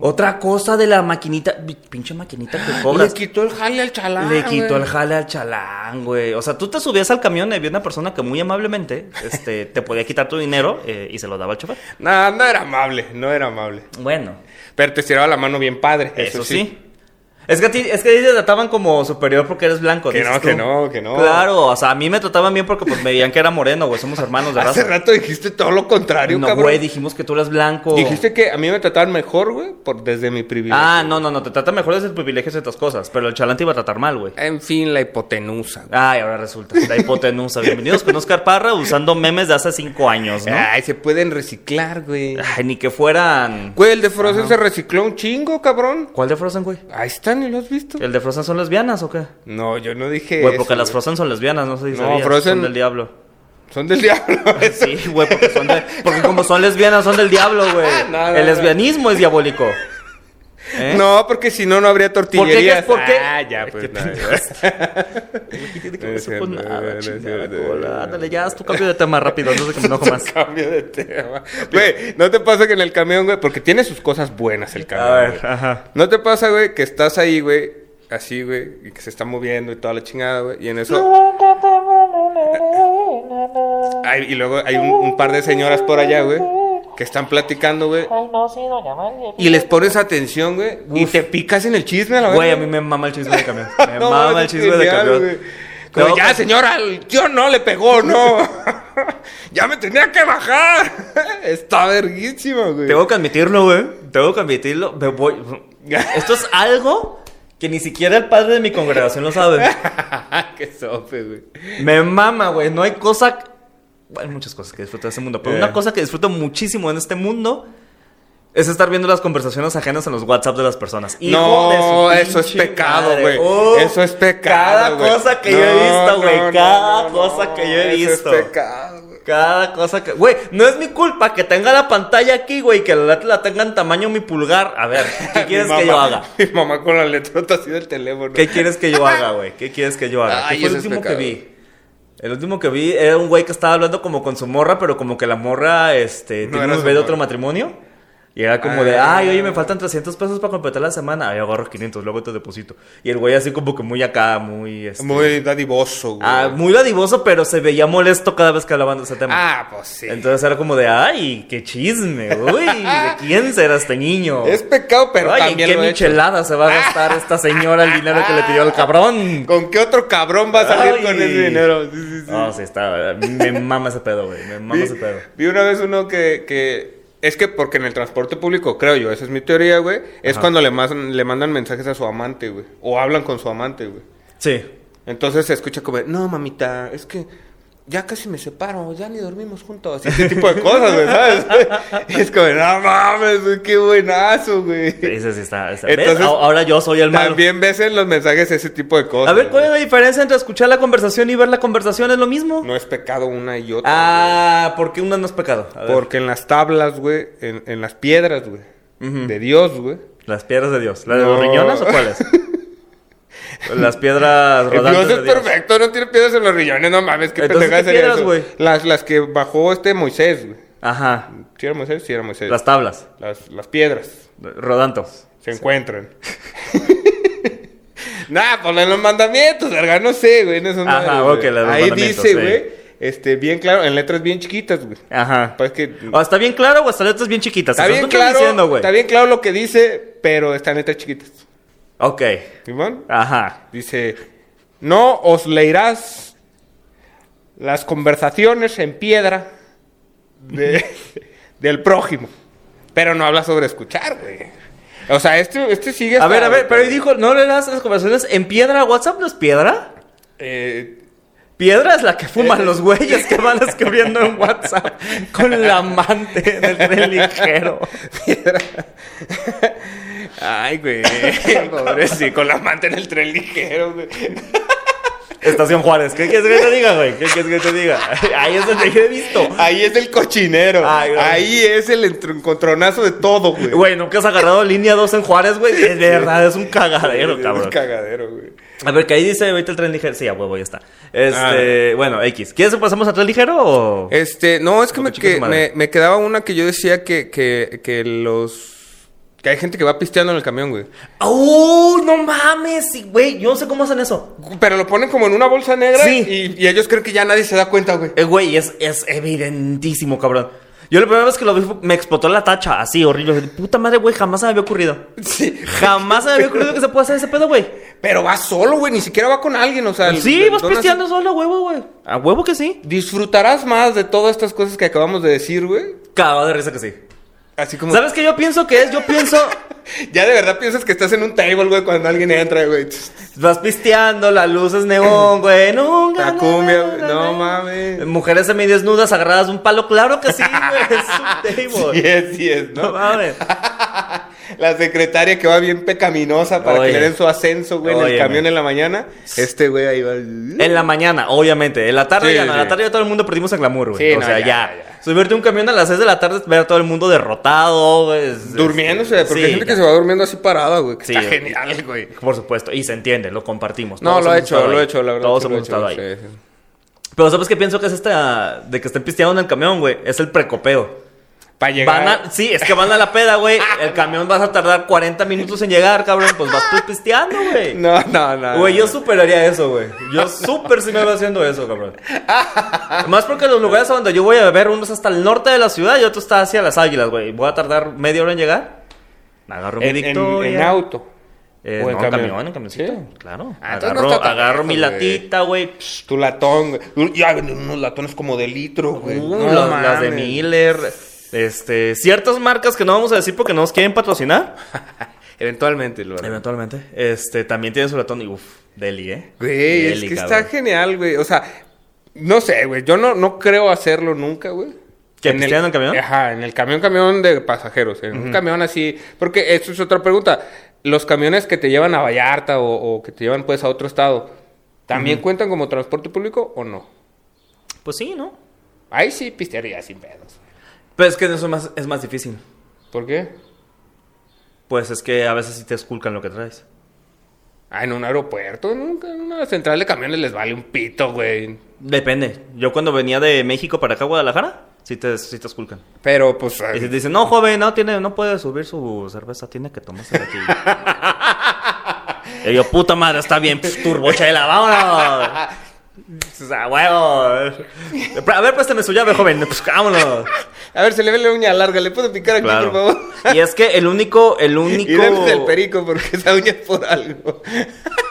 Otra cosa de la maquinita. Pinche maquinita que cobras. Ah, Le quitó el jale al chalán. Le quitó güey. el jale al chalán, güey. O sea, tú te subías al camión y había una persona que muy amablemente este, te podía quitar tu dinero eh, y se lo daba al chofer. No, no era amable, no era amable. Bueno, Pero te estiraba la mano bien padre. Eso, sí. Es que, a ti, es que a ti te trataban como superior porque eres blanco. Que dices no, tú. que no, que no. Claro, o sea, a mí me trataban bien porque pues me veían que era moreno, güey. Somos hermanos de Hace raza. rato dijiste todo lo contrario, no, cabrón. güey, dijimos que tú eras blanco. Dijiste que a mí me trataban mejor, güey, por, desde mi privilegio. Ah, no, no, no. Te trata mejor desde el privilegio de ciertas cosas. Pero el chalán te iba a tratar mal, güey. En fin, la hipotenusa. güey. Ay, ahora resulta. La hipotenusa. Bienvenidos con Oscar Parra usando memes de hace cinco años, ¿no? Ay, se pueden reciclar, güey. Ay, ni que fueran. Güey, el de Frozen se recicló un chingo, cabrón. ¿Cuál de Frozen, güey? Ahí están, ¿y lo has visto? ¿El de Frozen son lesbianas o qué? No, yo no dije Güey, eso, porque las güey. Frozen son lesbianas, no sé si No, sabías, Frozen- son del diablo. Son del diablo. eso. Sí, güey, porque, son de- porque como son lesbianas, son del diablo, güey. Ah, No, no, no. el lesbianismo es diabólico. ¿Eh? No, porque si no, no habría tortillerías. ¿Por qué? Ah, ya, pues. Qué no, ¿Qué tiene que No ver es eso cierto, con no nada, es chingada cierto. cola? Ándale, ya, haz tu cambio de tema rápido, no sé que me enojo más. Cambio de tema. Güey, no te pasa que en el camión, güey, porque tiene sus cosas buenas el camión. A ver, güey. ajá. No te pasa, güey, que estás ahí, güey, así, güey, y que se está moviendo y toda la chingada, güey, y en eso. Ay, y luego hay un, un par de señoras por allá, güey, que están platicando, güey, Ay, no, sí, doña María. y les pones atención, güey, y te picas en el chisme a la Güey, a verga. mí me mama el chisme de camión. Me No, mama mames, el es chisme de genial, camión. güey. Como, No, ya, pues- señora, el- yo no le pegó, no. ya me tenía que bajar. Está verguísima, güey. Tengo que admitirlo, güey. Tengo que admitirlo. Me voy. Esto es algo que ni siquiera el padre de mi congregación lo sabe. Qué sope, güey. Me mama, güey. No hay cosa. Hay muchas cosas que disfruto de este mundo. Pero Eh. una cosa que disfruto muchísimo en este mundo es estar viendo las conversaciones ajenas en los WhatsApp de las personas. No, de su eso es pinche pecado, madre. güey. Oh, Eso es pecado, Cada güey. cosa que No, yo he visto, güey. no, no, cada no, no, cosa que yo he visto. Eso es pecado, güey. Cada cosa que. Güey, no es mi culpa que tenga la pantalla aquí, güey, que la, la tenga en tamaño mi pulgar. A ver, ¿qué quieres Mi que yo mamá- haga? Mi mamá con la letrota así del teléfono. ¿Qué quieres que yo haga, güey? ¿Qué quieres que yo haga? Ay, ¿Qué fue el ese es último que pecado. vi? El último que vi era un güey que estaba hablando como con su morra, pero como que la morra este, No tiene era su un bebé de morra. otro matrimonio. Y era como de, Ah. ay, oye, me faltan 300 pesos para completar la semana. Ay, agarro 500, luego te deposito. Y el güey así como que muy acá, muy... este, Muy dadivoso, güey. ah, muy ladivoso, pero se veía molesto cada vez que hablaban de ese tema. Ah, pues sí. Entonces era como de, ay, qué chisme, uy, ¿de quién será este niño? es pecado, pero ay, ¿en también qué lo he hecho. michelada se va a gastar esta señora el dinero que le pidió al cabrón? ¿Con qué otro cabrón va a salir Ay. con ese dinero? Sí, sí, sí. No, sí, está, me mama ese pedo, güey, me mama vi, ese pedo. vi una vez uno que, que- Es que porque en el transporte público, creo yo, esa es mi teoría, güey. Es cuando le, mas- le mandan mensajes a su amante, güey. O hablan con su amante, güey. Sí. Entonces se escucha como, no, mamita, es que ya casi me separo, ya ni dormimos juntos. Y ese tipo de cosas, güey, ¿sabes? Y es como, no mames, güey, qué buenazo, güey. Ese sí está, está- ¿ves? Entonces, A- Ahora yo soy el malo. También ves en los mensajes ese tipo de cosas. A ver, ¿cuál es güey. la diferencia entre escuchar la conversación y ver la conversación? ¿Es lo mismo? No es pecado una y otra. Ah, porque una no es pecado. A ver. Porque en las tablas, güey, en, en las piedras, güey, Ujú. de Dios, güey. Las piedras de Dios. ¿La de los No. riñones o cuáles? Las piedras El rodantes Dios de es Dios. perfecto, no tiene piedras en los riñones, no mames, qué Entonces, pendejadas ¿qué sería piedras, eso? güey? Las, las que bajó este Moisés, güey. Ajá. ¿Sí era Moisés? Sí era Moisés. Las tablas. Las- las piedras Rodantos. se encuentran. nah, pues en los mandamientos, verga, no sé, güey, en esos Ajá, madres, güey. ok, los Ahí mandamientos, dice, sí. güey, este, bien claro, en letras bien chiquitas, güey. Ajá. Pues que... O está bien claro o hasta letras bien chiquitas. Está Eso es bien, lo que estoy claro, diciendo, güey. está bien claro lo que dice, pero están letras chiquitas. Ok. ¿Simón? Ajá. Dice, no os leirás las conversaciones en piedra de- del prójimo. Pero no habla sobre escuchar, güey. O sea, este, este sigue... A hasta- ver, a ver, pero él dijo, ¿no le das las conversaciones en piedra? ¿WhatsApp no es piedra? Eh, Piedra es la que fuman los güeyes que van escribiendo en WhatsApp con la amante del tren ligero. piedra. Ay, güey. Pobre, sí, con la amante en el tren ligero, güey. Estación Juárez, ¿qué quieres que te diga, güey? ¿Qué quieres que te diga? Ahí es donde yo he visto. Ahí es el cochinero. Ay, güey. Ahí es el entr- encontronazo de todo, güey. Güey, nunca has agarrado línea 2 en Juárez, güey. Es de verdad, es un cagadero, Es cabrón. un cagadero, güey. A ver, que ahí dice, ahorita el tren ligero. Sí, a huevo, ya está. Este, bueno, X. ¿Quieres que pasemos al tren ligero o...? Este, no, es que, Lo que me, chingue que- su madre. me, me quedaba una que yo decía que, que, que los... Que hay gente que va pisteando en el camión, güey. ¡Uh, no mames! sí, Güey, yo no sé cómo hacen eso. Pero lo ponen como en una bolsa negra Sí. y, y ellos creen que ya nadie se da cuenta, güey. Eh, güey, es, es evidentísimo, cabrón. Yo la primera vez que lo vi fue- me explotó la tacha, así, horrible. Puta madre, güey, jamás se me había ocurrido. Sí. Jamás se me había ocurrido que se pueda hacer ese pedo, güey. Pero va solo, güey. Ni siquiera va con alguien, o sea... el- Sí, el vas don así- pisteando solo, a huevo, güey. A huevo que sí. Disfrutarás más de todas estas cosas que acabamos de decir, güey. Cagado de risa que sí. Así como... ¿Sabes qué yo pienso que es? Yo pienso... Ya de verdad piensas que estás en un table, güey, cuando alguien entra, güey. Vas pisteando, la luz es neón, güey. Nunca. La cumbia, güey. No mames. Mujeres semidesnudas agarradas de un palo, claro que sí, güey. Es un table. Sí es, sí es, ¿no? No mames. la secretaria que va bien pecaminosa para Oye. que le den su ascenso, güey, en Oye, el camión man. en la mañana. Este güey ahí va. En la mañana, obviamente. En la tarde Sí, ya no. En la sí. tarde ya todo el mundo perdimos el glamour, güey. Sí, o no, sea, ya, ya, ya. Subirte a un camión a las 6 de la tarde, ver a todo el mundo derrotado. güey, es- es- Durmiéndose, porque sí, hay gente ya. que se va durmiendo así parada, güey. que Sí, está güey. genial, güey. Por supuesto, y se entiende, lo compartimos. No, Todos lo he hemos hecho, estado lo he ahí. hecho, la verdad. Todos sí lo he hemos estado ahí. hecho, sí, sí. Pero ¿sabes qué pienso que es esta de que estén pisteando en el camión, güey? Es el precopeo. Para llegar. Van a- sí, es que van a la peda, güey. El camión vas a tardar 40 minutos en llegar, cabrón. Pues vas tú pisteando, güey. No, no, no. Güey, yo superaría eso, güey. Yo súper sí me iba haciendo eso, cabrón. Más porque los lugares a donde yo voy a beber, uno es hasta el norte de la ciudad y otro está hacia las águilas, güey. Voy a tardar media hora en llegar. Me agarro mi en, en- victoria. en auto. Eh, o en no, en camión. camión, en camioncito. Sí. Claro. Ah, entonces no agarro está tan agarro mi lejos, güey. latita, güey. Psh, Tu latón, güey. Ya, unos latones como de litro, güey. Uh, No las, las de mames. Miller. Este, ciertas marcas que no vamos a decir porque no nos quieren patrocinar. Eventualmente, lo haré. Eventualmente. Este, también tienen su latón y uff, Deli, ¿eh? Güey, es Deli, que cabrón. está genial, güey. O sea, no sé, güey. Yo no, no creo hacerlo nunca, güey. ¿Que pistean en el camión? Ajá, en el camión, camión de pasajeros. En un camión así. Porque eso es otra pregunta. Los camiones que te llevan a Vallarta o, o que te llevan, pues, a otro estado, ¿también cuentan como transporte público o no? Pues sí, ¿no? Ahí sí pistearía sin pedos. Pero Pues es que eso es más, es más difícil. ¿Por qué? Pues es que a veces sí te esculcan lo que traes. Ah, en un aeropuerto, nunca. En una central de camiones les vale un pito, güey. Depende. Yo cuando venía de México para acá, Guadalajara, sí te, sí te esculcan. Pero, pues. Y si te dicen, no, joven, no, tiene, no puede subir su cerveza, tiene que tomarse de aquí. y yo, puta madre, está bien, pues, turbochela, vámonos. O sea, huevo. A ver, préstame su llave, joven. Pues vámonos. A ver, se le ve la uña larga. ¿Le puedo picar aquí, Claro. por favor? Y es que el único, el único. Y debes del perico porque esa uña es por algo.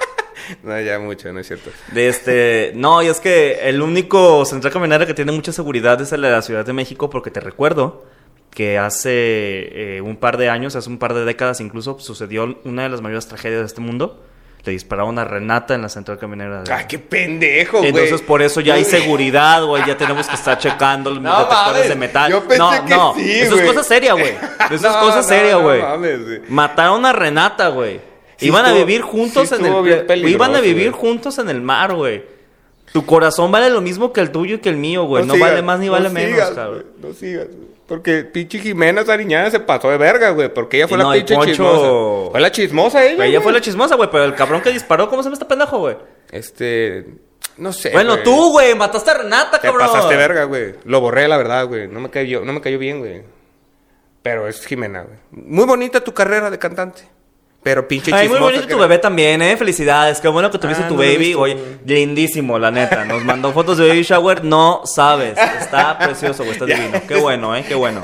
no, ya mucho, no es cierto. De este, no, y es que el único central camionero que tiene mucha seguridad es el de la Ciudad de México, porque te recuerdo que hace eh, un par de años, hace un par de décadas incluso, sucedió una de las mayores tragedias de este mundo. Le dispararon a Renata en la central camionera. de- ¡Ay, qué pendejo, güey! Entonces por eso ya hay Güey. seguridad, güey. Ya tenemos que estar checando los No detectores mames, de metal. yo pensé no, que no. sí, eso es güey. cosa seria, güey. Eso es No, cosa no, seria, no güey. mames, güey. Mataron a Renata, güey. Sí iban a estuvo- vivir juntos sí en estuvo bien el peligroso, iban a vivir güey. juntos en el mar, güey. Tu corazón vale lo mismo que el tuyo y que el mío, güey. No, sigas, vale más ni no vale sigas, menos, cabrón. güey, No sigas, güey. Porque pinche Jimena Sariñana se pasó de verga, güey. Porque ella fue Y la no, y pinche Poncho- chismosa. Fue la chismosa ella, Güey, Ella güey. fue la chismosa, güey, pero el cabrón que disparó, ¿cómo se llama este pendejo, güey? Este... No sé, Bueno, güey. tú, güey, mataste a Renata, Te cabrón. pasaste verga, güey. Lo borré, la verdad, güey. No me cayó, no me cayó bien, güey. Pero es Jimena, güey. Muy bonita tu carrera de cantante. Pero pinche Ay, muy chismosa bonito que tu era. bebé también, ¿eh? Felicidades. Qué bueno que tuviste Ah, tu no lo he baby. visto, Oye, güey. lindísimo, la neta. Nos mandó fotos de baby shower. No sabes. Está precioso, güey. Está Ya. divino. Qué bueno, ¿eh? Qué bueno.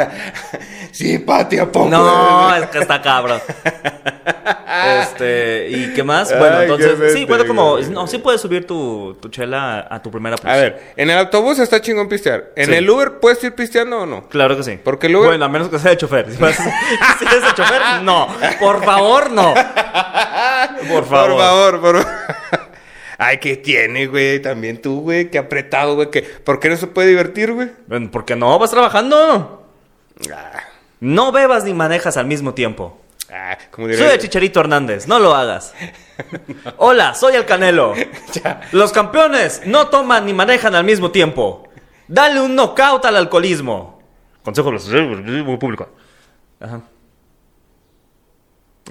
Sí, Pati, ¿a poco? No, es que está cabrón. Este, ¿y qué más? Ay, Bueno, qué entonces, sí, mente, bueno, como, güey. no, sí puedes subir tu, tu chela a tu primera A posición. ver, en el autobús está chingón pistear. ¿En Sí. el Uber puedes ir pisteando o no? Claro que sí. Porque luego- Bueno, a menos que sea de chofer. Si vas- si eres de chofer, no. Por favor, no. Por favor. Por favor, por favor. Ay, ¿qué tiene, güey? También tú, güey. Qué apretado, güey. que- ¿Por qué no se puede divertir, güey? Bueno, Porque no, vas trabajando. Ah, No bebas ni manejas al mismo tiempo. ah, como Soy diría... el Chicharito Hernández, no lo hagas. Hola, soy el Canelo. Los campeones no toman ni manejan al mismo tiempo. Dale un knockout al alcoholismo. Consejo de la pues, Sociedad Pública. Ajá.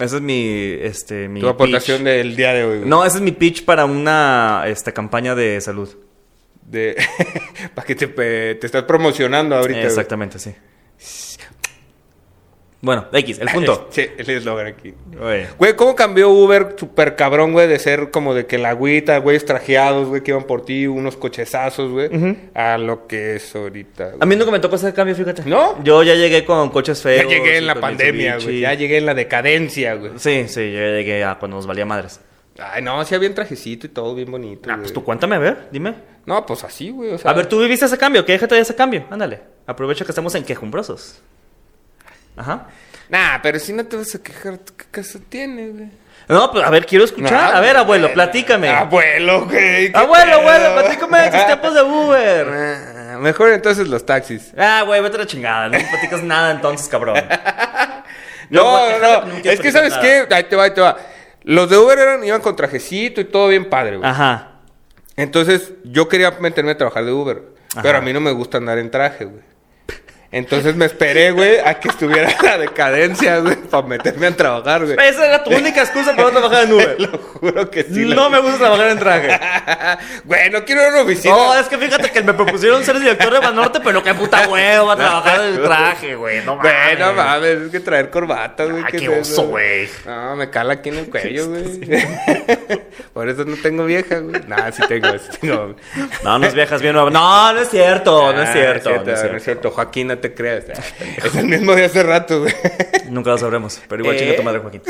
Esa es mi, este, mi tu aportación pitch. del día de hoy, güey. No, ese es mi pitch para una este, campaña de salud. De... Para que te, pe- te estás promocionando ahorita. güey. Exactamente, sí. Bueno, X, el punto. Sí, el eslogan aquí. Oye. Este, Güey, ¿cómo cambió Uber super cabrón, güey, de ser como de que la agüita, güeyes trajeados, güey, que iban por ti, unos cochezazos, güey, a lo que es ahorita, A güey? mí nunca me tocó ese cambio, fíjate. ¿No? Yo ya llegué con coches Ya feos. llegué en y la con pandemia, güey. Mitsubishi. Ya llegué en la decadencia, güey. Sí, sí, yo ya llegué a cuando nos valía madres. Ay, no, hacía bien trajecito y todo bien bonito, Ah, güey. pues tú cuéntame, a ver, dime. No, pues así, güey, o sea. A ver, tú viviste ese cambio, que déjate de ese cambio, ándale. Aprovecha que estamos en quejumbrosos. Ajá. Nah, pero si no te vas a quejar, ¿tú ¿qué caso tienes, güey? No, pues a ver, quiero escuchar. Nah, a ver, Ah, güey. abuelo, platícame. Abuelo, güey. ¿qué abuelo, pedo? abuelo, platícame de tus tiempos de Uber. Ah, Mejor entonces los taxis. Ah, güey, vete a la chingada, no me platicas nada entonces, cabrón. No, no, quiero es que platicar ¿sabes nada. qué? Ahí te va, ahí te va. Los de Uber eran, iban con trajecito y todo bien padre, Ah. güey. Ajá. Entonces, yo quería meterme a trabajar de Uber. Ajá. Pero a mí no me gusta andar en traje, güey. Entonces me esperé, güey, a que estuviera la decadencia, güey, para meterme a trabajar, güey. Esa era tu única excusa para no trabajar en Te Uber. Lo juro que sí. la- No me gusta trabajar en traje. Güey, no quiero ir a una oficina. No, es que fíjate que me propusieron ser director de Banorte, pero qué puta hueva trabajar en traje, güey. No mames. Bueno, mames, es que traer corbata, güey. Ah, ¿qué qué es eso, oso, güey. No, me cala aquí en el cuello, güey. Por eso no tengo vieja, güey. Nah, sí tengo, sí tengo. No, no es viejas bien nuevas. No, no es cierto, no es Ah, cierto. no es No es cierto. cierto, Joaquín, no te creas. Es el mismo de hace rato, güey. Nunca lo sabremos, pero igual ¿Eh? chinga tu madre, Joaquín.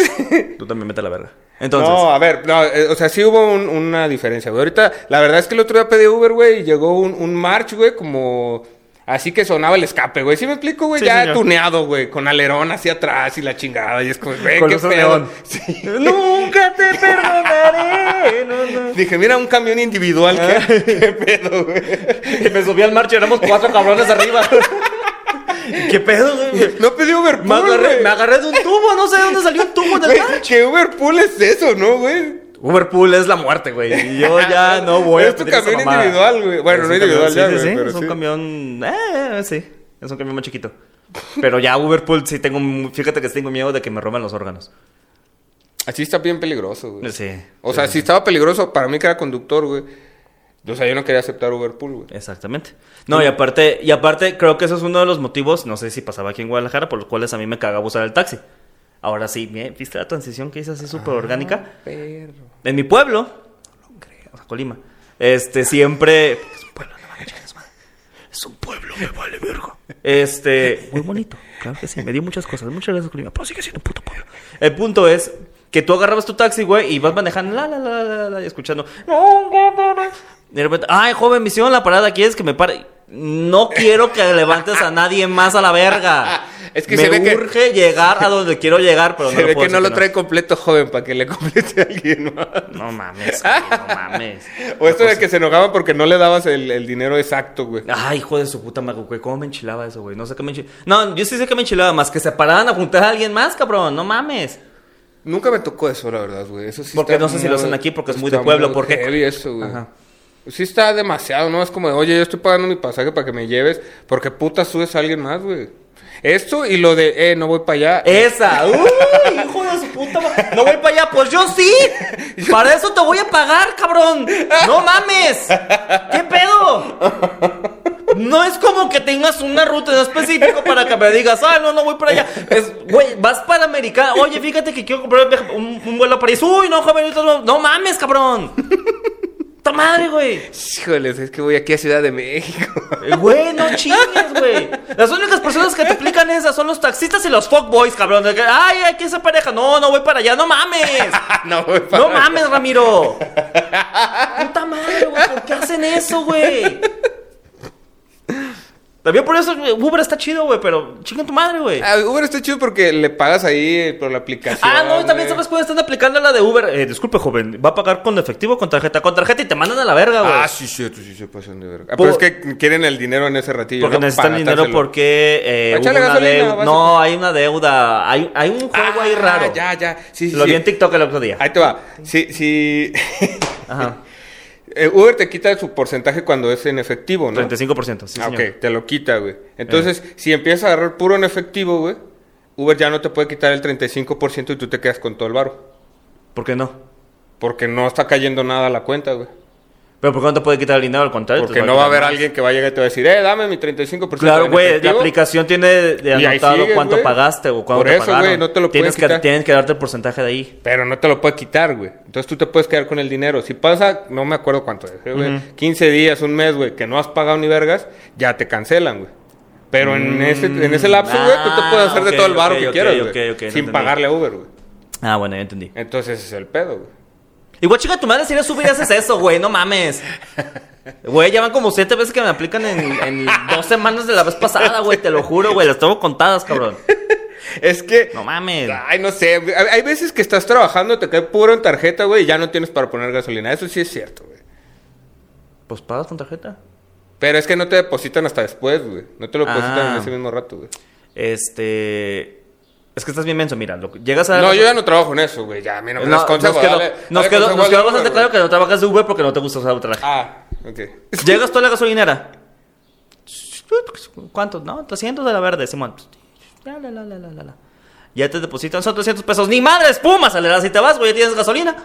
Tú también mete la verga. Entonces, No, a ver, no, eh, o sea, sí hubo un- una diferencia, güey. Ahorita, la verdad es que el otro día pedí Uber, güey, y llegó un, un March, güey, como... Así que sonaba el escape, güey. ¿Sí me explico, güey? Sí, ya señor. tuneado, güey, con alerón hacia atrás y la chingada. Y es como, güey, Con qué luz de pedo. neón. Sí. Nunca te perdonaré. No, no. Dije, mira, un camión individual, Ah. ¿qué, qué pedo, güey? Y me subí al marcho y éramos cuatro cabrones arriba. ¿Qué pedo, güey? No pedí Uber Me Pool, agarré, güey. me agarré de un tubo, no sé de dónde salió un tubo del Güey, mar. ¿Qué Uber Pool es eso, no, güey? Uberpool es la muerte, güey. Y yo ya no voy Es a tu pedir esa camión mamada. individual, güey. Bueno, no Es un individual ya, camión, güey, sí, sí, sí, pero Es un sí. camión... Eh, eh, sí. Es un camión más chiquito. Pero ya Uberpool sí tengo... mu- Fíjate que tengo miedo de que me roben los órganos. Así está bien peligroso, güey. Sí. O sea, si estaba peligroso para mí que era conductor, güey. O sea, yo no quería aceptar Uberpool, güey. Exactamente. No, y aparte, y aparte, creo que eso es uno de los motivos, no sé si pasaba aquí en Guadalajara, por los cuales a mí me cagaba usar el taxi. Ahora sí, mira, ¿viste la transición que hice Ah. así súper orgánica? Perro. En mi pueblo, o sea, Colima, este, siempre... Es un pueblo, no mames, chingas madre. Es un pueblo, me vale verga. Este... Muy bonito, claro que sí, me dio muchas cosas. Muchas gracias, Colima, pero sigue siendo un puto pueblo. El punto es que tú agarrabas tu taxi, güey, y vas manejando, la, la, la, la, la, y escuchando... "No, no, no, no". Y de repente, ay, joven, me hicieron la parada, ¿quieres que me pare? No quiero que levantes a nadie más a la verga. Es que me se ve que- urge llegar a donde quiero llegar, pero Se no ve le puedo que no decir lo que trae completo joven para que le complete a alguien más. no mames, güey, no mames. O esto de que se enojaban porque no le dabas el, el dinero exacto, güey. Ay, hijo de su puta madre, güey. ¿Cómo me enchilaba eso, güey? No sé qué me enchilaba. No, yo sí sé que me enchilaba más que se paraban a juntar a alguien más, cabrón. No mames. Nunca me tocó eso, la verdad, güey. Eso sí Porque está no sé si lo muy- hacen aquí porque es muy está de pueblo, porque- heavy eso, güey. Ajá. Sí está demasiado, ¿no? Es como de, oye, yo estoy pagando mi pasaje para que me lleves. Porque puta subes a alguien más, güey. Esto y lo de, eh, no voy para allá. Esa. Uy, hijo de su puta madre. No voy para allá. Pues yo sí. Para eso te voy a pagar, cabrón. No mames. ¿Qué pedo? No es como que tengas una ruta en específico para que me digas, ah, no, no voy para allá. Es, güey, vas para América. Oye, fíjate que quiero comprar un viaje- un, un vuelo a París. Uy, no, joven, ahorita no, no mames, cabrón. ¡Ta madre, güey! Híjoles, es que voy aquí a Ciudad de México. Eh, Güey, no chingues, güey. Las únicas personas que te aplican esas son los taxistas y los fuckboys, cabrón. De que, Ay, aquí esa pareja. No, no voy para allá. No mames. no voy para No mames, Ramiro. Puta madre, güey. ¿Por qué hacen eso, güey? También por eso güey, Uber está chido, güey, pero chinga tu madre, güey. Ah, Uber está chido porque le pagas ahí eh, por la aplicación. Ah, no, y también güey. sabes cuándo están aplicando la de Uber. Eh, disculpe, joven, ¿va a pagar con efectivo o con tarjeta? Con tarjeta y te mandan a la verga, güey. Ah, sí, sí, sí, sí, se pasan de verga. Ah, Por- pero es que quieren el dinero en ese ratillo. Porque ¿no? necesitan Para dinero dárselo. porque eh, hubo Échale una gasolina, deuda. vas No, hay una deuda. Hay, hay un juego Ah, ahí raro. Ya, ya. Sí, sí, Lo sí. vi en TikTok el otro día. Ahí te va. Sí, sí. Ajá. Eh, Uber te quita su porcentaje cuando es en efectivo, ¿no? 35%. Sí, ah, señor. Eh. ok, te lo quita, güey. Entonces, si empiezas a agarrar puro en efectivo, güey, Uber ya no te puede quitar el 35% y tú te quedas con todo el barro. ¿Por qué no? Porque no está cayendo nada a la cuenta, güey. Pero ¿por qué no te puede quitar el dinero? Al contrario. te Porque Pues va no va a quitar haber más. alguien que va a llegar y te va a decir, eh, dame mi 35%. Claro, en güey, la efectivo". aplicación tiene de Y ahí anotado sigue, cuánto güey. pagaste o cuánto Por te eso, pagaron. güey, no te lo tienes puede que, quitar. tienes que darte el porcentaje de ahí. Pero no te lo puede quitar, güey. Entonces tú te puedes quedar con el dinero. Si pasa, no me acuerdo cuánto es, eh, güey. 15 días, un mes, güey, que no has pagado ni vergas, ya te cancelan, güey. Pero en, ese, en ese lapso, güey, tú te puedes Mm. ah, hacer ok, de todo el barro ok, que ok, quieras, ok, güey. ok, no sin entendí. pagarle a Uber, güey. Ah, bueno, ya entendí. Entonces ese es el pedo, güey. Igual, chica, tu madre, si eres Uber y haces eso, güey, no mames. Güey, ya van como siete veces que me aplican en, en dos semanas de la vez pasada, güey, te lo juro, güey, las tengo contadas, cabrón. Es que... No mames. Ay, no sé. güey. Hay hay veces que estás trabajando, te cae puro en tarjeta, güey, y ya no tienes para poner gasolina. Eso sí es cierto, güey. Pues pagas con tarjeta. Pero es que no te depositan hasta después, güey. No te lo depositan Ah. en ese mismo rato, güey. Este. Es que estás bien menso, mira. lo- llegas a. No, yo ya no trabajo en eso, güey. Ya, mira, me No, das nos quedó, consejo. dale- nos dale quedó- consejo nos al quedó Uber, bastante güey. claro que no trabajas de Uber porque no te gusta usar otro traje. Ah, ok. Llegas tú a la gasolinera. ¿Cuántos? No, 300 de la verde, Simón. La, la, la, la, la, la, la. Ya te depositan, son 300 pesos. ¡Ni madre, espuma! Sale, si te vas, güey, ya tienes gasolina.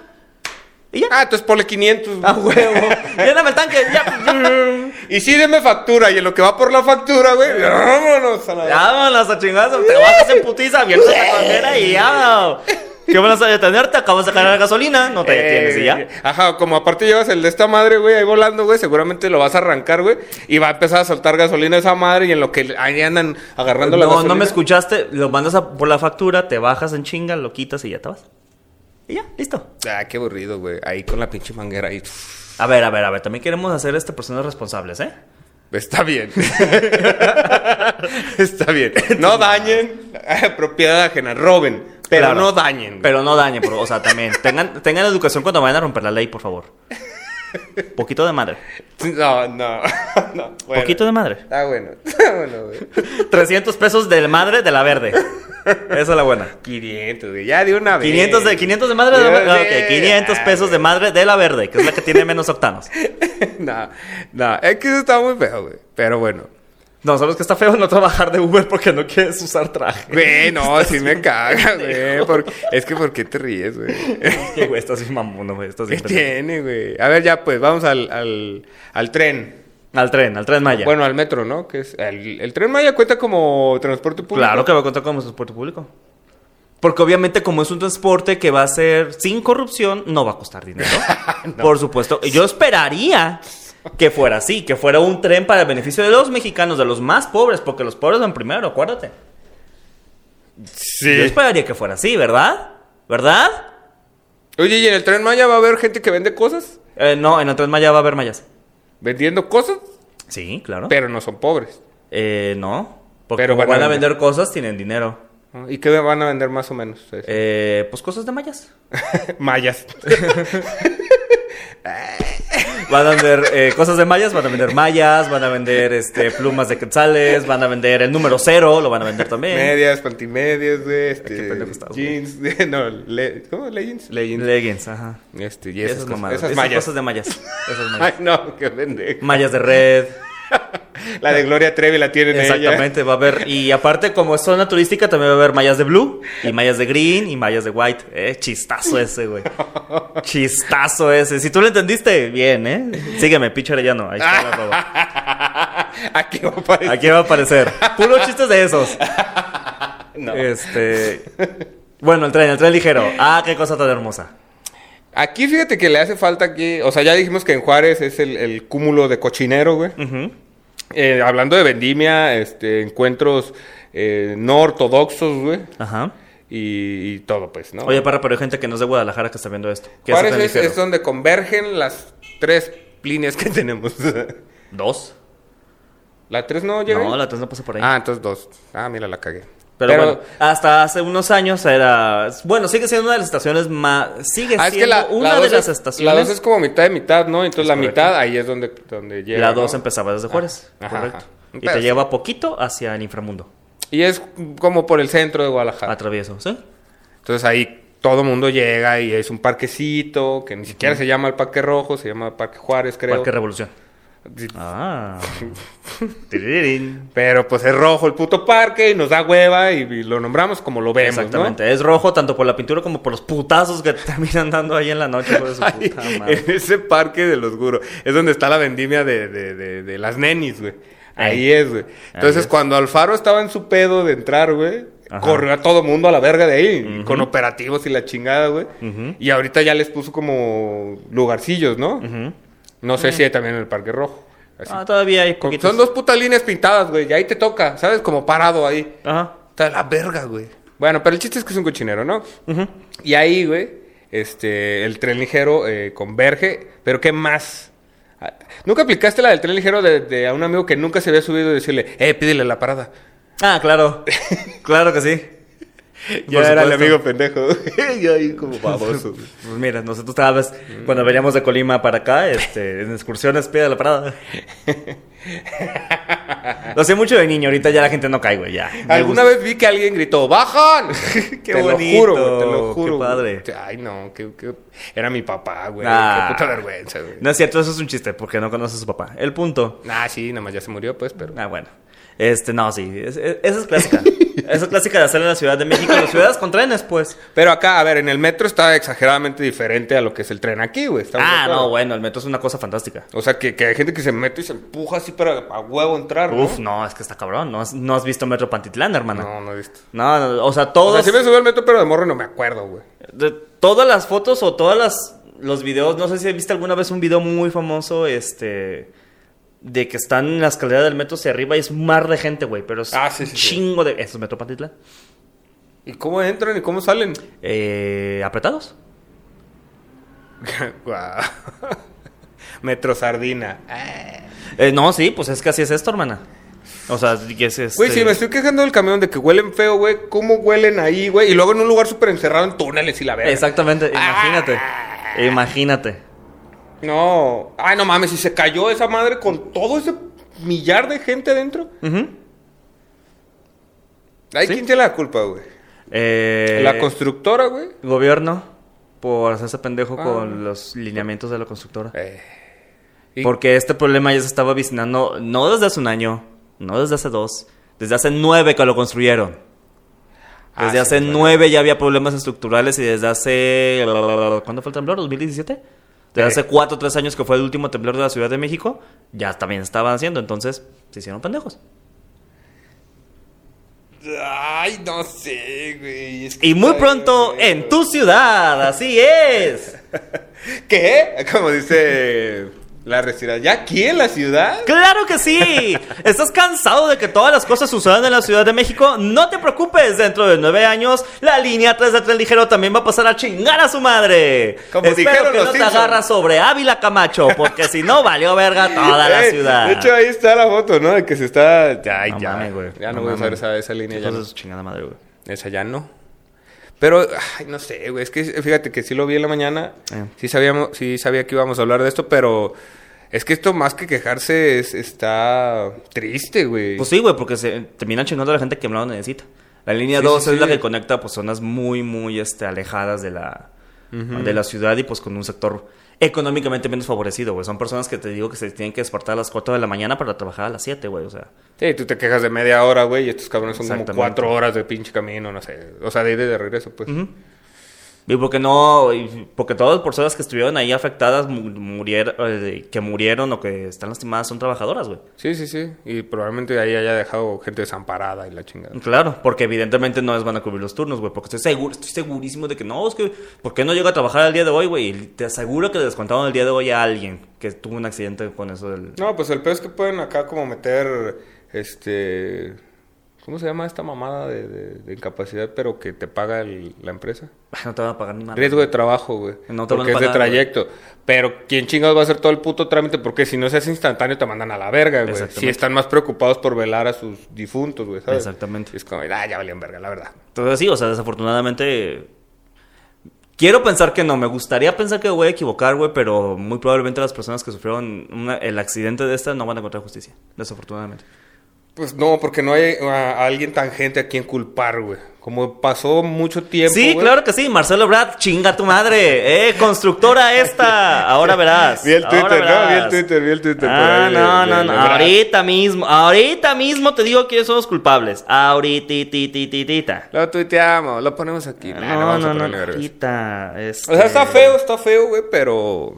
Y ya. Ah, entonces ponle 500. ¡A huevo! Lléname el tanque, ya. Y sí, deme factura. Y en lo que va por la factura, güey. Ah. Vámonos a la. Vámonos a chingazo, te bajas en putiza, abiertas la cartera y ya. ¿Qué van a detener? Te acabas de cargar gasolina, no te detienes y ya. Eh, Ajá, como aparte llevas el de esta madre, güey, ahí volando, güey, seguramente lo vas a arrancar, güey, y va a empezar a soltar gasolina esa madre y en lo que ahí andan agarrando la No, gasolina. no me escuchaste, lo mandas a- por la factura, te bajas en chinga, lo quitas y ya te vas. Y ya, listo. Ah, qué aburrido, güey, ahí con la pinche manguera ahí. pff, A ver, a ver, a ver, también queremos hacer este personas responsables, ¿eh? Está bien. Está bien. No dañen eh, propiedad ajena, roben, pero Claro. no dañen. güey. Pero no dañen, bro. o sea, también. Tengan, tengan educación cuando vayan a romper la ley, por favor. Poquito de madre. No, no, no. bueno. Poquito de madre. Ah, bueno. Está bueno, güey. 300 pesos de madre de la verde. Esa es la buena. 500, güey, ya de una vez. 500 de, 500 de madre de la Dios verde. mío. Ok, 500 pesos de madre de la verde, que es la que tiene menos octanos. no, no, es que eso está muy feo, güey. Pero bueno. No, sabes que está feo no trabajar de Uber porque no quieres usar traje. Güey, no, sí me caga, güey. por- Es que, ¿por qué te ríes, güey? Sí, güey, estás bien mamuno, güey. Estás ¿Qué bien pendejo. tiene, güey? A ver, ya, pues, vamos al, al, al tren. Al tren, al tren Maya. Bueno, al metro, ¿no? Que es el, el tren Maya cuenta como transporte público. Claro que va a contar como transporte público. Porque obviamente como es un transporte que va a ser sin corrupción, no va a costar dinero. Por supuesto. Yo esperaría que fuera así, que fuera un tren para el beneficio de los mexicanos, de los más pobres, porque los pobres van primero, acuérdate. Yo Sí. esperaría que fuera así, ¿verdad? ¿Verdad? Oye, ¿y en el tren Maya va a haber gente que vende cosas? Eh, no, en el tren Maya va a haber mayas. Vendiendo cosas, Sí, claro. pero no son pobres. Eh, no. Porque Pero como van a van a vender cosas, tienen dinero. ¿no? ¿Y qué van a vender más o menos? ustedes? Eh, pues cosas de mayas. Mayas. Van a vender eh, cosas de mayas, van a vender mayas, van a vender este, plumas de quetzales, van a vender el número cero, lo van a vender también. Medias, pantimedias, güey. Este, qué pendejo estás, güey. jeans, güey, no, le- ¿cómo? Leggings. Leggings. Leggings, ajá. Este, y Y esas, esas, cosas- mamadas. esas Esas mayas. cosas de Mm. mayas. Esas Ay, mayas. no, qué pendejo. Mayas de red. La de Gloria Trevi la tienen Exactamente, va a haber. Y aparte, como es zona turística, también va a haber mayas de blue, y mayas de green, y mayas de white. Eh, chistazo ese, güey. Chistazo ese. Si tú lo entendiste, bien, ¿eh? Sígueme, pinche Arellano. Ahí Ah. está la arroba. ella. Aquí va a aparecer. Aquí va a aparecer. Puro chistes de esos. No. Este. Bueno, el tren, el tren ligero. Ah, qué cosa tan hermosa. Aquí fíjate que le hace falta aquí. O sea, ya dijimos que en Juárez es el, el cúmulo de cochinero, güey. Ujú. Eh, hablando de vendimia, este, encuentros eh, no ortodoxos, güey. Ajá. Y, y todo, pues, ¿no? Oye, Parra, pero hay gente que no es de Guadalajara que está viendo esto. ¿Qué es el Juárez tren es, ligero? es donde convergen las tres líneas que tenemos. ¿Dos? ¿La tres no llega? No, ahí? la tres no pasa por ahí. Ah, entonces dos. Ah, mira, la cagué. Pero, bueno, hasta hace unos años era. Bueno, sigue siendo una de las estaciones más. Sigue Ah, es que siendo la, una la de dos las es- estaciones. La 2 es como mitad de mitad, ¿no? Entonces la correcto. mitad ahí es donde, donde llega. La dos ¿no? Ah, empezaba desde Juárez. Ajá, correcto. ajá. Y Pero te sí. lleva poquito hacia el inframundo. Y es como por el centro de Guadalajara. Atravieso, ¿sí? Entonces ahí todo mundo llega y es un parquecito que ni siquiera se llama el Parque Rojo, se llama Parque Juárez, creo. Parque Revolución. Sí. Ah. Tirirín. Pero pues es rojo el puto parque y nos da hueva y, y lo nombramos como lo vemos, Exactamente. Es rojo tanto por la pintura como por los putazos que te terminan dando ahí en la noche. hijo de su ¿no? Ahí, puta madre. en ese parque de los guros. Es donde está la vendimia de, de- de- de las nenis, güey. Ahí es, güey. Entonces, es. cuando Alfaro estaba en su pedo de entrar, güey, Ajá. corrió a todo mundo a la verga de ahí, con operativos y la chingada, güey. Y ahorita ya les puso como lugarcillos, ¿no? No sé si hay también en el Parque Rojo. Así. Ah, todavía hay Con- poquitos. son dos putas líneas pintadas, güey, y ahí te toca, ¿sabes? Como parado ahí. Ajá. Está de la verga, güey. Bueno, pero el chiste es que es un cochinero, ¿no? Y ahí, güey, este, el tren ligero eh, converge, pero ¿qué más? Ah, ¿Nunca aplicaste la del tren ligero de, de a un amigo que nunca se había subido y decirle, eh, pídele la parada? Ah, claro. claro que sí. Ya Por era el supuesto. amigo pendejo. Yo ahí como baboso. Pues mira, nosotros cada vez, cuando veníamos de Colima para acá, este, en excursiones, pie de la parada. Lo hacía mucho de niño, ahorita ya la gente no cae, güey, ya. Me Alguna gusta. vez vi que alguien gritó, ¡bajan! Qué te bonito, lo juro, güey, te lo qué juro. güey. padre. Ay, no, que, que- era mi papá, güey. Ah. Qué puta vergüenza, güey. No es cierto, eso es un chiste, porque no conoce a su papá. El punto. Ah, sí, nada más ya se murió, pues, pero. Ah, bueno. Este, no, sí. es- es- esa es clásica. esa es clásica de hacer en la Ciudad de México. Las ciudades con trenes, pues. Pero acá, a ver, en el metro está exageradamente diferente a lo que es el tren aquí, güey. ¿estamos de Ah, acuerdo? no, bueno, el metro es una cosa fantástica. O sea, que, que hay gente que se mete y se empuja así para a huevo entrar. ¿no? Uf, no, es que está cabrón. No has, no has visto Metro Pantitlán, hermano. No, no he visto. No, no, o sea, O todos. sea, Oh, sí me subí al metro, pero de morro no me acuerdo, güey. de todas las fotos o todas las los videos, no sé si viste alguna vez un video muy famoso, este de que están en la escalera del metro hacia arriba y es un mar de gente, güey, pero es Ah, sí, un sí, sí. chingo de eso es Metro Pantitlán. ¿Y cómo entran y cómo salen? Eh, apretados. Guau. metro sardina. Ah. Eh, no, sí, pues es que así es esto, hermana. O sea, que es este- Güey, si me estoy quejando del camión de que huelen feo, güey, ¿cómo huelen ahí, güey? Y luego en un lugar súper encerrado en túneles y la verga. Exactamente, imagínate. Ah. Imagínate. No. Ay, no mames, si se cayó esa madre con todo ese millar de gente adentro. Ujú. Ay, ¿quién tiene la culpa, güey? Eh, La constructora, güey. gobierno por hacerse pendejo Ah. con los lineamientos de la constructora. Eh. Y- Porque este problema ya se estaba vicinando no desde hace un año, no desde hace dos, desde hace nueve que lo construyeron. Ah, Desde sí, hace claro. nueve ya había problemas estructurales y desde hace... ¿Cuándo fue el temblor? ¿2017? Desde Eh. hace cuatro o tres años que fue el último temblor de la Ciudad de México, ya también estaban haciendo, entonces se hicieron pendejos. Ay, no sé, güey. es que Y muy está pronto bien, en tu ciudad, así es. ¿Qué? Como dice la retirada. ¿Ya aquí en la ciudad? ¡Claro que sí! ¿Estás cansado de que todas las cosas sucedan en la Ciudad de México? No te preocupes, dentro de nueve años la línea 3 de tren ligero también va a pasar a chingar a su madre. Como Espero dijeron que los no te Simpson. agarras sobre Ávila Camacho, porque si no valió verga toda la Eh, ciudad. De hecho, ahí está la foto, ¿no? De que se está. Ay, No ya. mames, güey. Ya no, No voy a usar mames. esa, esa línea. Ya Entonces, chingada madre, güey. no. Esa ya no. Pero, ay, no sé, güey. Es que fíjate que sí lo vi en la mañana. Eh. Sí, sabíamos, sí sabía que íbamos a hablar de esto, pero es que esto más que quejarse es- está triste, güey. Pues sí, güey, porque se terminan chingando a la gente que no lo necesita. La línea Sí, 2 sí, es la sí. que conecta pues zonas muy, muy este, alejadas de la, de la ciudad y pues con un sector económicamente menos favorecido, güey. Son personas que te digo que se tienen que despertar a las 4 de la mañana para trabajar a las 7, güey. O sea, Sí, tú te quejas de media hora, güey, y estos cabrones son como Exactamente. cuatro horas de pinche camino, no sé. O sea, de ida y de regreso, pues. y porque no, y porque todas las personas que estuvieron ahí afectadas, mu- murieron, eh, que murieron o que están lastimadas son trabajadoras, güey. Sí, sí, sí. Y probablemente ahí haya dejado gente desamparada y la chingada. Claro, porque evidentemente no les van a cubrir los turnos, güey. Porque estoy seguro, estoy segurísimo de que no, es que, ¿por qué no llega a trabajar el día de hoy, güey? Y Te aseguro que le descontaron el día de hoy a alguien que tuvo un accidente con eso del. No, pues el peor es que pueden acá como meter, este... ¿Cómo se llama esta mamada de, de- de incapacidad, pero que te paga el- la empresa? Ay, No te van a pagar ni madre. Riesgo de trabajo, güey. No te van a porque es de pagar, güey. trayecto. Pero ¿quién chingados va a hacer todo el puto trámite? Porque si no se hace instantáneo te mandan a la verga, güey. Exactamente. Si están más preocupados por velar a sus difuntos, güey, ¿sabes? Exactamente. Es como, ah, ya valían verga, la verdad. Entonces, sí, o sea, desafortunadamente. Quiero pensar que no, me gustaría pensar que voy a equivocar, güey, pero muy probablemente las personas que sufrieron una- el accidente de esta no van a encontrar justicia, desafortunadamente. Pues no, porque no hay a, a alguien tangente a quien culpar, güey. Como pasó mucho tiempo. Sí, güey. claro que sí, Marcelo Brad, chinga tu madre, eh, constructora esta, ahora verás. Vi el ahora Twitter, ¿no? Vi el verás. Twitter, vi el Twitter. por Ah, ahí de- no, de- no, de- no, de- ahorita mismo, ahorita mismo te digo quiénes son los culpables, ahorita, Lo tuiteamos, lo ponemos aquí. Nah, no Ah, no, vamos a no, este, no, ponerle vergas. ahorita, O sea, Eh, está feo, está feo, güey, pero.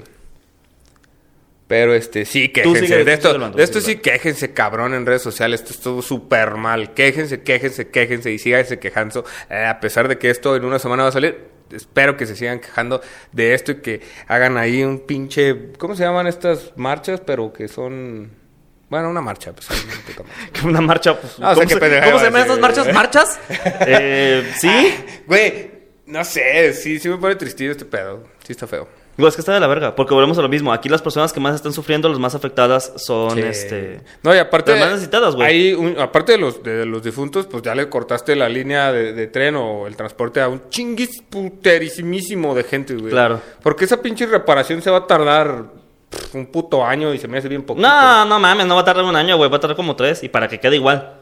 Pero este, sí, sigue- quéjense. tú De esto, sigue hablando, de tú esto sigue sí, quéjense, cabrón, en redes sociales. Esto estuvo súper mal. Quéjense, quéjense, quéjense y síganse quejando. Eh, a pesar de que esto en una semana va a salir, espero que se sigan quejando de esto y que hagan ahí un pinche. ¿Cómo se llaman estas marchas? Pero que son. Bueno, una marcha, pues. una puta marcha. Una marcha, pues, Ah, o sea, ¿cómo, qué se, pendeja cómo iba se a llaman esas decir, marchas? güey. ¿Marchas? Eh, sí. Ah, Güey, no sé, sí, sí me pone tristillo este pedo. Sí está feo. Digo, es que está de la verga, porque volvemos a lo mismo. Aquí las personas que más están sufriendo, las más afectadas, son Sí. este. No, y aparte. Las más necesitadas, güey. hay un- aparte de los, de los difuntos, pues ya le cortaste la línea de, de tren o el transporte a un chinguis puterísimísimo de gente, güey. Claro. Porque esa pinche reparación se va a tardar pff, un puto año y se me hace bien poquito. No, no mames, no va a tardar un año, güey. Va a tardar como tres y para que quede igual.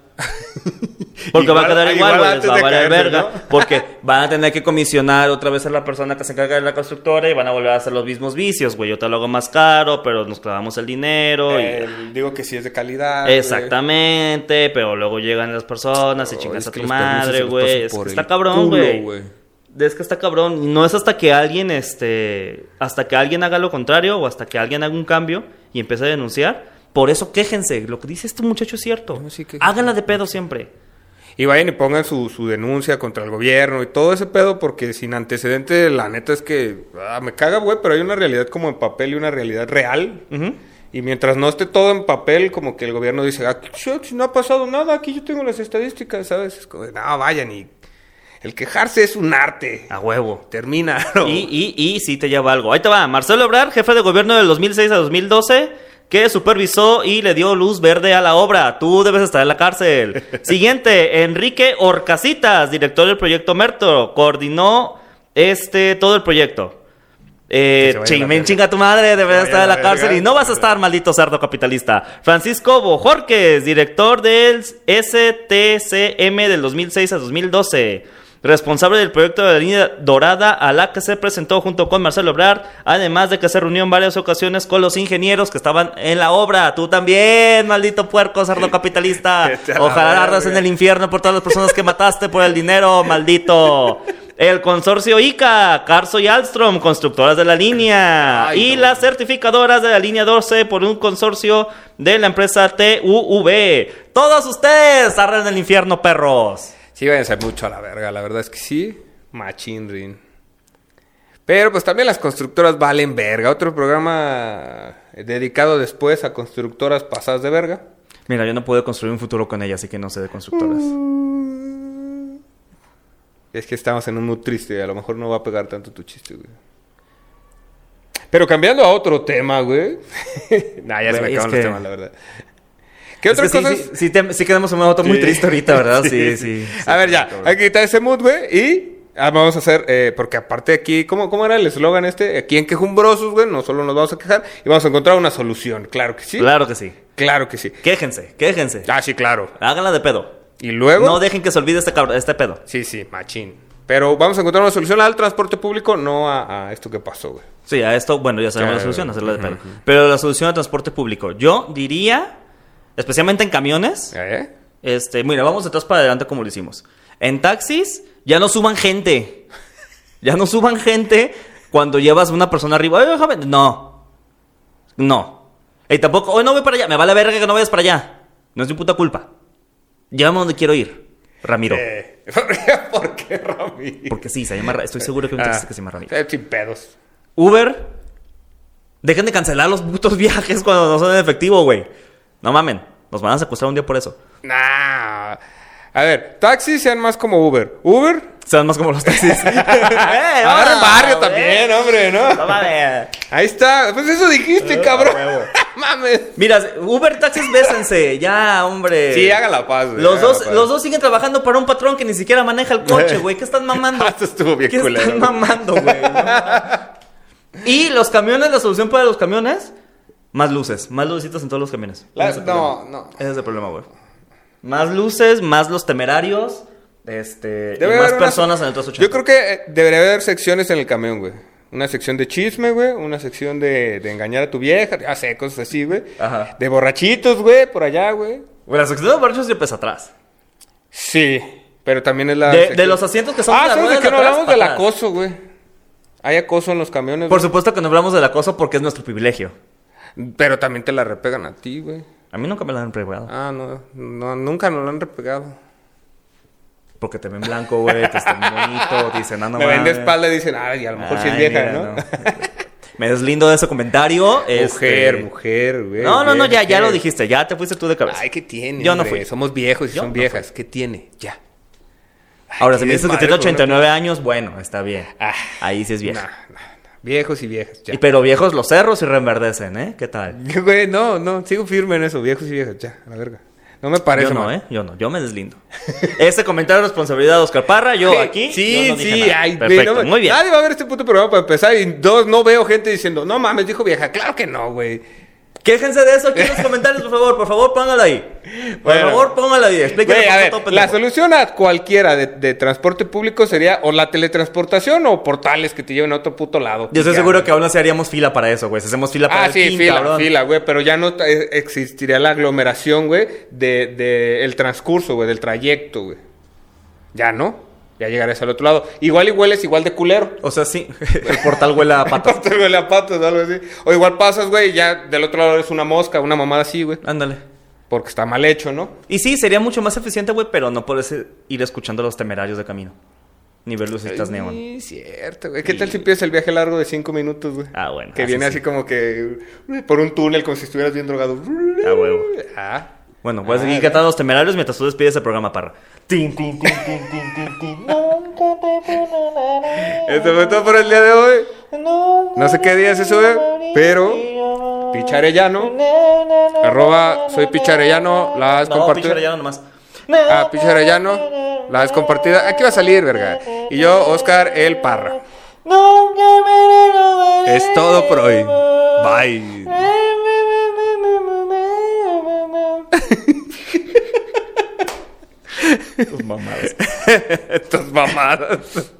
Porque va a Igual- quedar igual, igual güey. les antes va a de valer caerse, verga. ¿no? Porque van a tener que comisionar otra vez a la persona que se encarga de la constructora y van a volver a hacer los mismos vicios, güey. Yo te lo hago más caro, pero nos clavamos el dinero. y- El- digo que sí es de calidad. güey. Exactamente, pero luego llegan las personas y Ay, chingas es a que tu los permisos se madre, los güey. pasan Es que por Está el cabrón, culo, güey. Es que está cabrón. Y no es hasta que alguien, este. Hasta que alguien haga lo contrario o hasta que alguien haga un cambio y empiece a denunciar. Por eso quéjense. Lo que dice este muchacho es cierto. No, sí, quéjense. Háganla de pedo siempre. Y vayan y pongan su, su denuncia contra el gobierno y todo ese pedo, porque sin antecedente, la neta es que ah, me caga, güey, pero hay una realidad como en papel y una realidad real. Ujú. Y mientras no esté todo en papel, como que el gobierno dice, "Aquí, shucks, no ha pasado nada, aquí yo tengo las estadísticas, ¿sabes? Es como, de, no, vayan y el quejarse es un arte. A huevo. Termina. Y, y, y sí te lleva algo. Ahí te va. Marcelo Obrar, jefe de gobierno del 2006 a 2012, que supervisó y le dio luz verde a la obra. Tú debes estar en la cárcel. Siguiente, Enrique Orcasitas, director del proyecto Merto, coordinó este todo el proyecto. Que Eh, se vaya ching- a la men, verga. chinga tu madre, debes vaya estar a en la la cárcel verga. y no vas a estar, maldito cerdo capitalista. Francisco Bojorques, director del STCM del 2006 a 2012. Responsable del proyecto de la línea dorada a la que se presentó junto con Marcelo Obrar, además de que se reunió en varias ocasiones con los ingenieros que estaban en la obra. Tú también, maldito puerco, cerdo capitalista. Vete a la Ojalá ardas en verga. el infierno por todas las personas que mataste por el dinero, maldito. El consorcio ICA, Carso y Alstrom, constructoras de la línea. Ay, y no. las certificadoras de la línea 12 por un consorcio de la empresa TUV. Todos ustedes arden el infierno, perros. Sí, váyanse mucho a la verga, la verdad es que sí. Machín Rin. Pero pues también las constructoras valen verga. Otro programa dedicado después a constructoras pasadas de verga. Mira, yo no puedo construir un futuro con ella, así que no sé de constructoras. Es que estamos en un mood triste, a lo mejor no va a pegar tanto tu chiste, güey. Pero cambiando a otro tema, güey. nah, ya se me Güey, es acaban que- los temas, la verdad. ¿Qué otras sí, cosas? sí, sí te- sí quedamos en un auto muy triste ahorita, ¿verdad? Sí, sí. a ver, ya, hay que quitar ese mood, güey, y ah, vamos a hacer, eh, porque aparte aquí, ¿cómo, cómo era el eslogan este? Aquí en Quejumbrosos, güey, no solo nos vamos a quejar, y vamos a encontrar una solución, claro que sí. Claro, Claro que sí. que sí. Quéjense, quéjense. Ah, sí, claro. Háganla de pedo. Y luego... No dejen que se olvide este, cabr- este pedo. Sí, sí, machín. Pero vamos a encontrar una solución al transporte público, no a, a esto que pasó, güey. Sí, a esto, bueno, ya sabemos la Claro. solución, hacerla de pedo. Pero la solución al transporte público, yo diría, especialmente en camiones, ¿Eh? este, mira, vamos atrás para adelante como lo hicimos. En taxis, ya no suban gente. Ya no suban gente cuando llevas una persona arriba. "Oye, déjame". No. No. Y tampoco, hoy no voy para allá, me vale verga que no vayas para allá. No es tu puta culpa. Llévame donde quiero ir, Ramiro. Eh, ¿Por qué, por qué, Rami? Porque sí, se llama, Ra- estoy seguro que hay un taxista que se llama Ramiro. Ah, Sin pedos. Uber, dejen de cancelar los putos viajes cuando no son en efectivo, güey. No mamen, nos van a secuestrar un día por eso. Nah. A ver, taxis sean más como Uber. Uber, Sean más como los taxis. Eh, agarren barrio también, hombre, No ¿no? mames. Ahí está. Pues eso dijiste, cabrón. Ah, huevo. Mames. Mira, Uber taxis, bésense, ya, hombre. Sí, haga la paz, güey, Los haga la dos, paz. Eh. los dos siguen trabajando para un patrón que ni siquiera maneja el coche, güey. ¿Qué están mamando? Esto estuvo bien ¿Qué culero, están güey. mamando, güey? No mames. y los camiones, la solución para los camiones, más luces, más lucecitas en todos los camiones. La- Ese es el no, problema. no. Ese es el problema, güey. Más luces, más los temerarios, este, y Debe más haber una- personas en el 380. Yo creo que eh, debería haber secciones en el camión, güey. Una sección de chisme, güey. Una sección de, de engañar a tu vieja. Ya sé, cosas así, güey. Ajá. De borrachitos, güey, por allá, güey. Güey, la sección de borrachos siempre es atrás. Sí, pero también es la. De- sección- de los asientos que son de Ah, las ¿sabes de ruedas qué de no atrás hablamos para del atrás? acoso, güey? Hay acoso en los camiones. Por güey. supuesto que no hablamos del acoso porque es nuestro privilegio. Pero también te la repegan a ti, güey. A mí nunca me la han privado. Ah, no, no, nunca nos lo han repegado. Porque te ven blanco, güey, te ven bonito, te dicen, ah, no Me ven de mames". espalda y dicen, ay, a lo mejor sí es Ay, vieja, mira, ¿no? Me deslindo de ese comentario. Mujer, este- mujer, güey. No, no, no, mujer, ya, ya mujer. lo dijiste, ya te fuiste tú de cabeza. Ay, ¿qué tiene? Yo no hombre? fui. Somos viejos y Yo son no viejas. ¿Qué tiene? Ya. Ay, Ahora, qué si me dices que desmadre tiene con una- 89 años, bueno, está bien. Ah. Ahí sí es vieja. Nah, nah, nah. Viejos y viejas. Ya. Y pero viejos los cerros y reenverdecen, ¿eh? ¿Qué tal? Güey, no, no, sigo firme en eso, viejos y viejas, ya, a la verga. No me parece. yo no, mal. ¿eh? Yo no, yo me deslindo. Ese comentario de responsabilidad de Oscar Parra, yo Sí, aquí. Sí, yo no dije sí, nada. ay, güey, Perfecto, no me- muy bien. Nadie va a ver este puto programa para empezar. Y dos, no veo gente diciendo, no mames, dijo vieja. Claro que no, güey. Quéjense de eso aquí en los comentarios, por favor, por favor, póngala ahí. Por Bueno. favor, póngala ahí. Explíquenle Güey, a por ver, todo, la pendejo. solución a cualquiera de, de transporte público sería o la teletransportación o portales que te lleven a otro puto lado. Yo estoy Ya, seguro güey. que aún así haríamos fila para eso, güey. Si hacemos fila para Ah, el sí, pin, fila, cabrón. fila, güey. Pero ya no eh, existiría la aglomeración, güey, del de, el transcurso, güey, del trayecto, güey. Ya no. Ya llegarías al otro lado. Igual y hueles igual de culero. O sea, sí, el portal huele a patas. Te huele a patas o algo así. O igual pasas, güey, y ya del otro lado es una mosca, una mamada así, güey. Ándale. Porque está mal hecho, ¿no? Y sí, sería mucho más eficiente, güey, pero no puedes eh, ir escuchando los temerarios de camino. Ni ver lucecitas neón. Sí, cierto, güey. ¿Qué tal si empiezas el viaje largo de cinco minutos, güey? Ah, bueno, Que así viene sí. así como que uh, por un túnel, como si estuvieras bien drogado. Ah, huevo. Ah. Bueno, pues, voy a Ah, seguir ya. cantando los temerarios mientras tú despides el programa, parra. Tin, tin, tin. Esto fue todo por el día de hoy. No sé qué día se sube, pero Picharellano, arroba soy Picharellano, la has No, compartido. pinche ya nomás. Ah, Picharellano, la has compartido. Aquí va a salir, verga. Y yo, Oscar El Parra. Es todo por hoy. Em, Bye. em. Tus mamadas. Estas mamadas.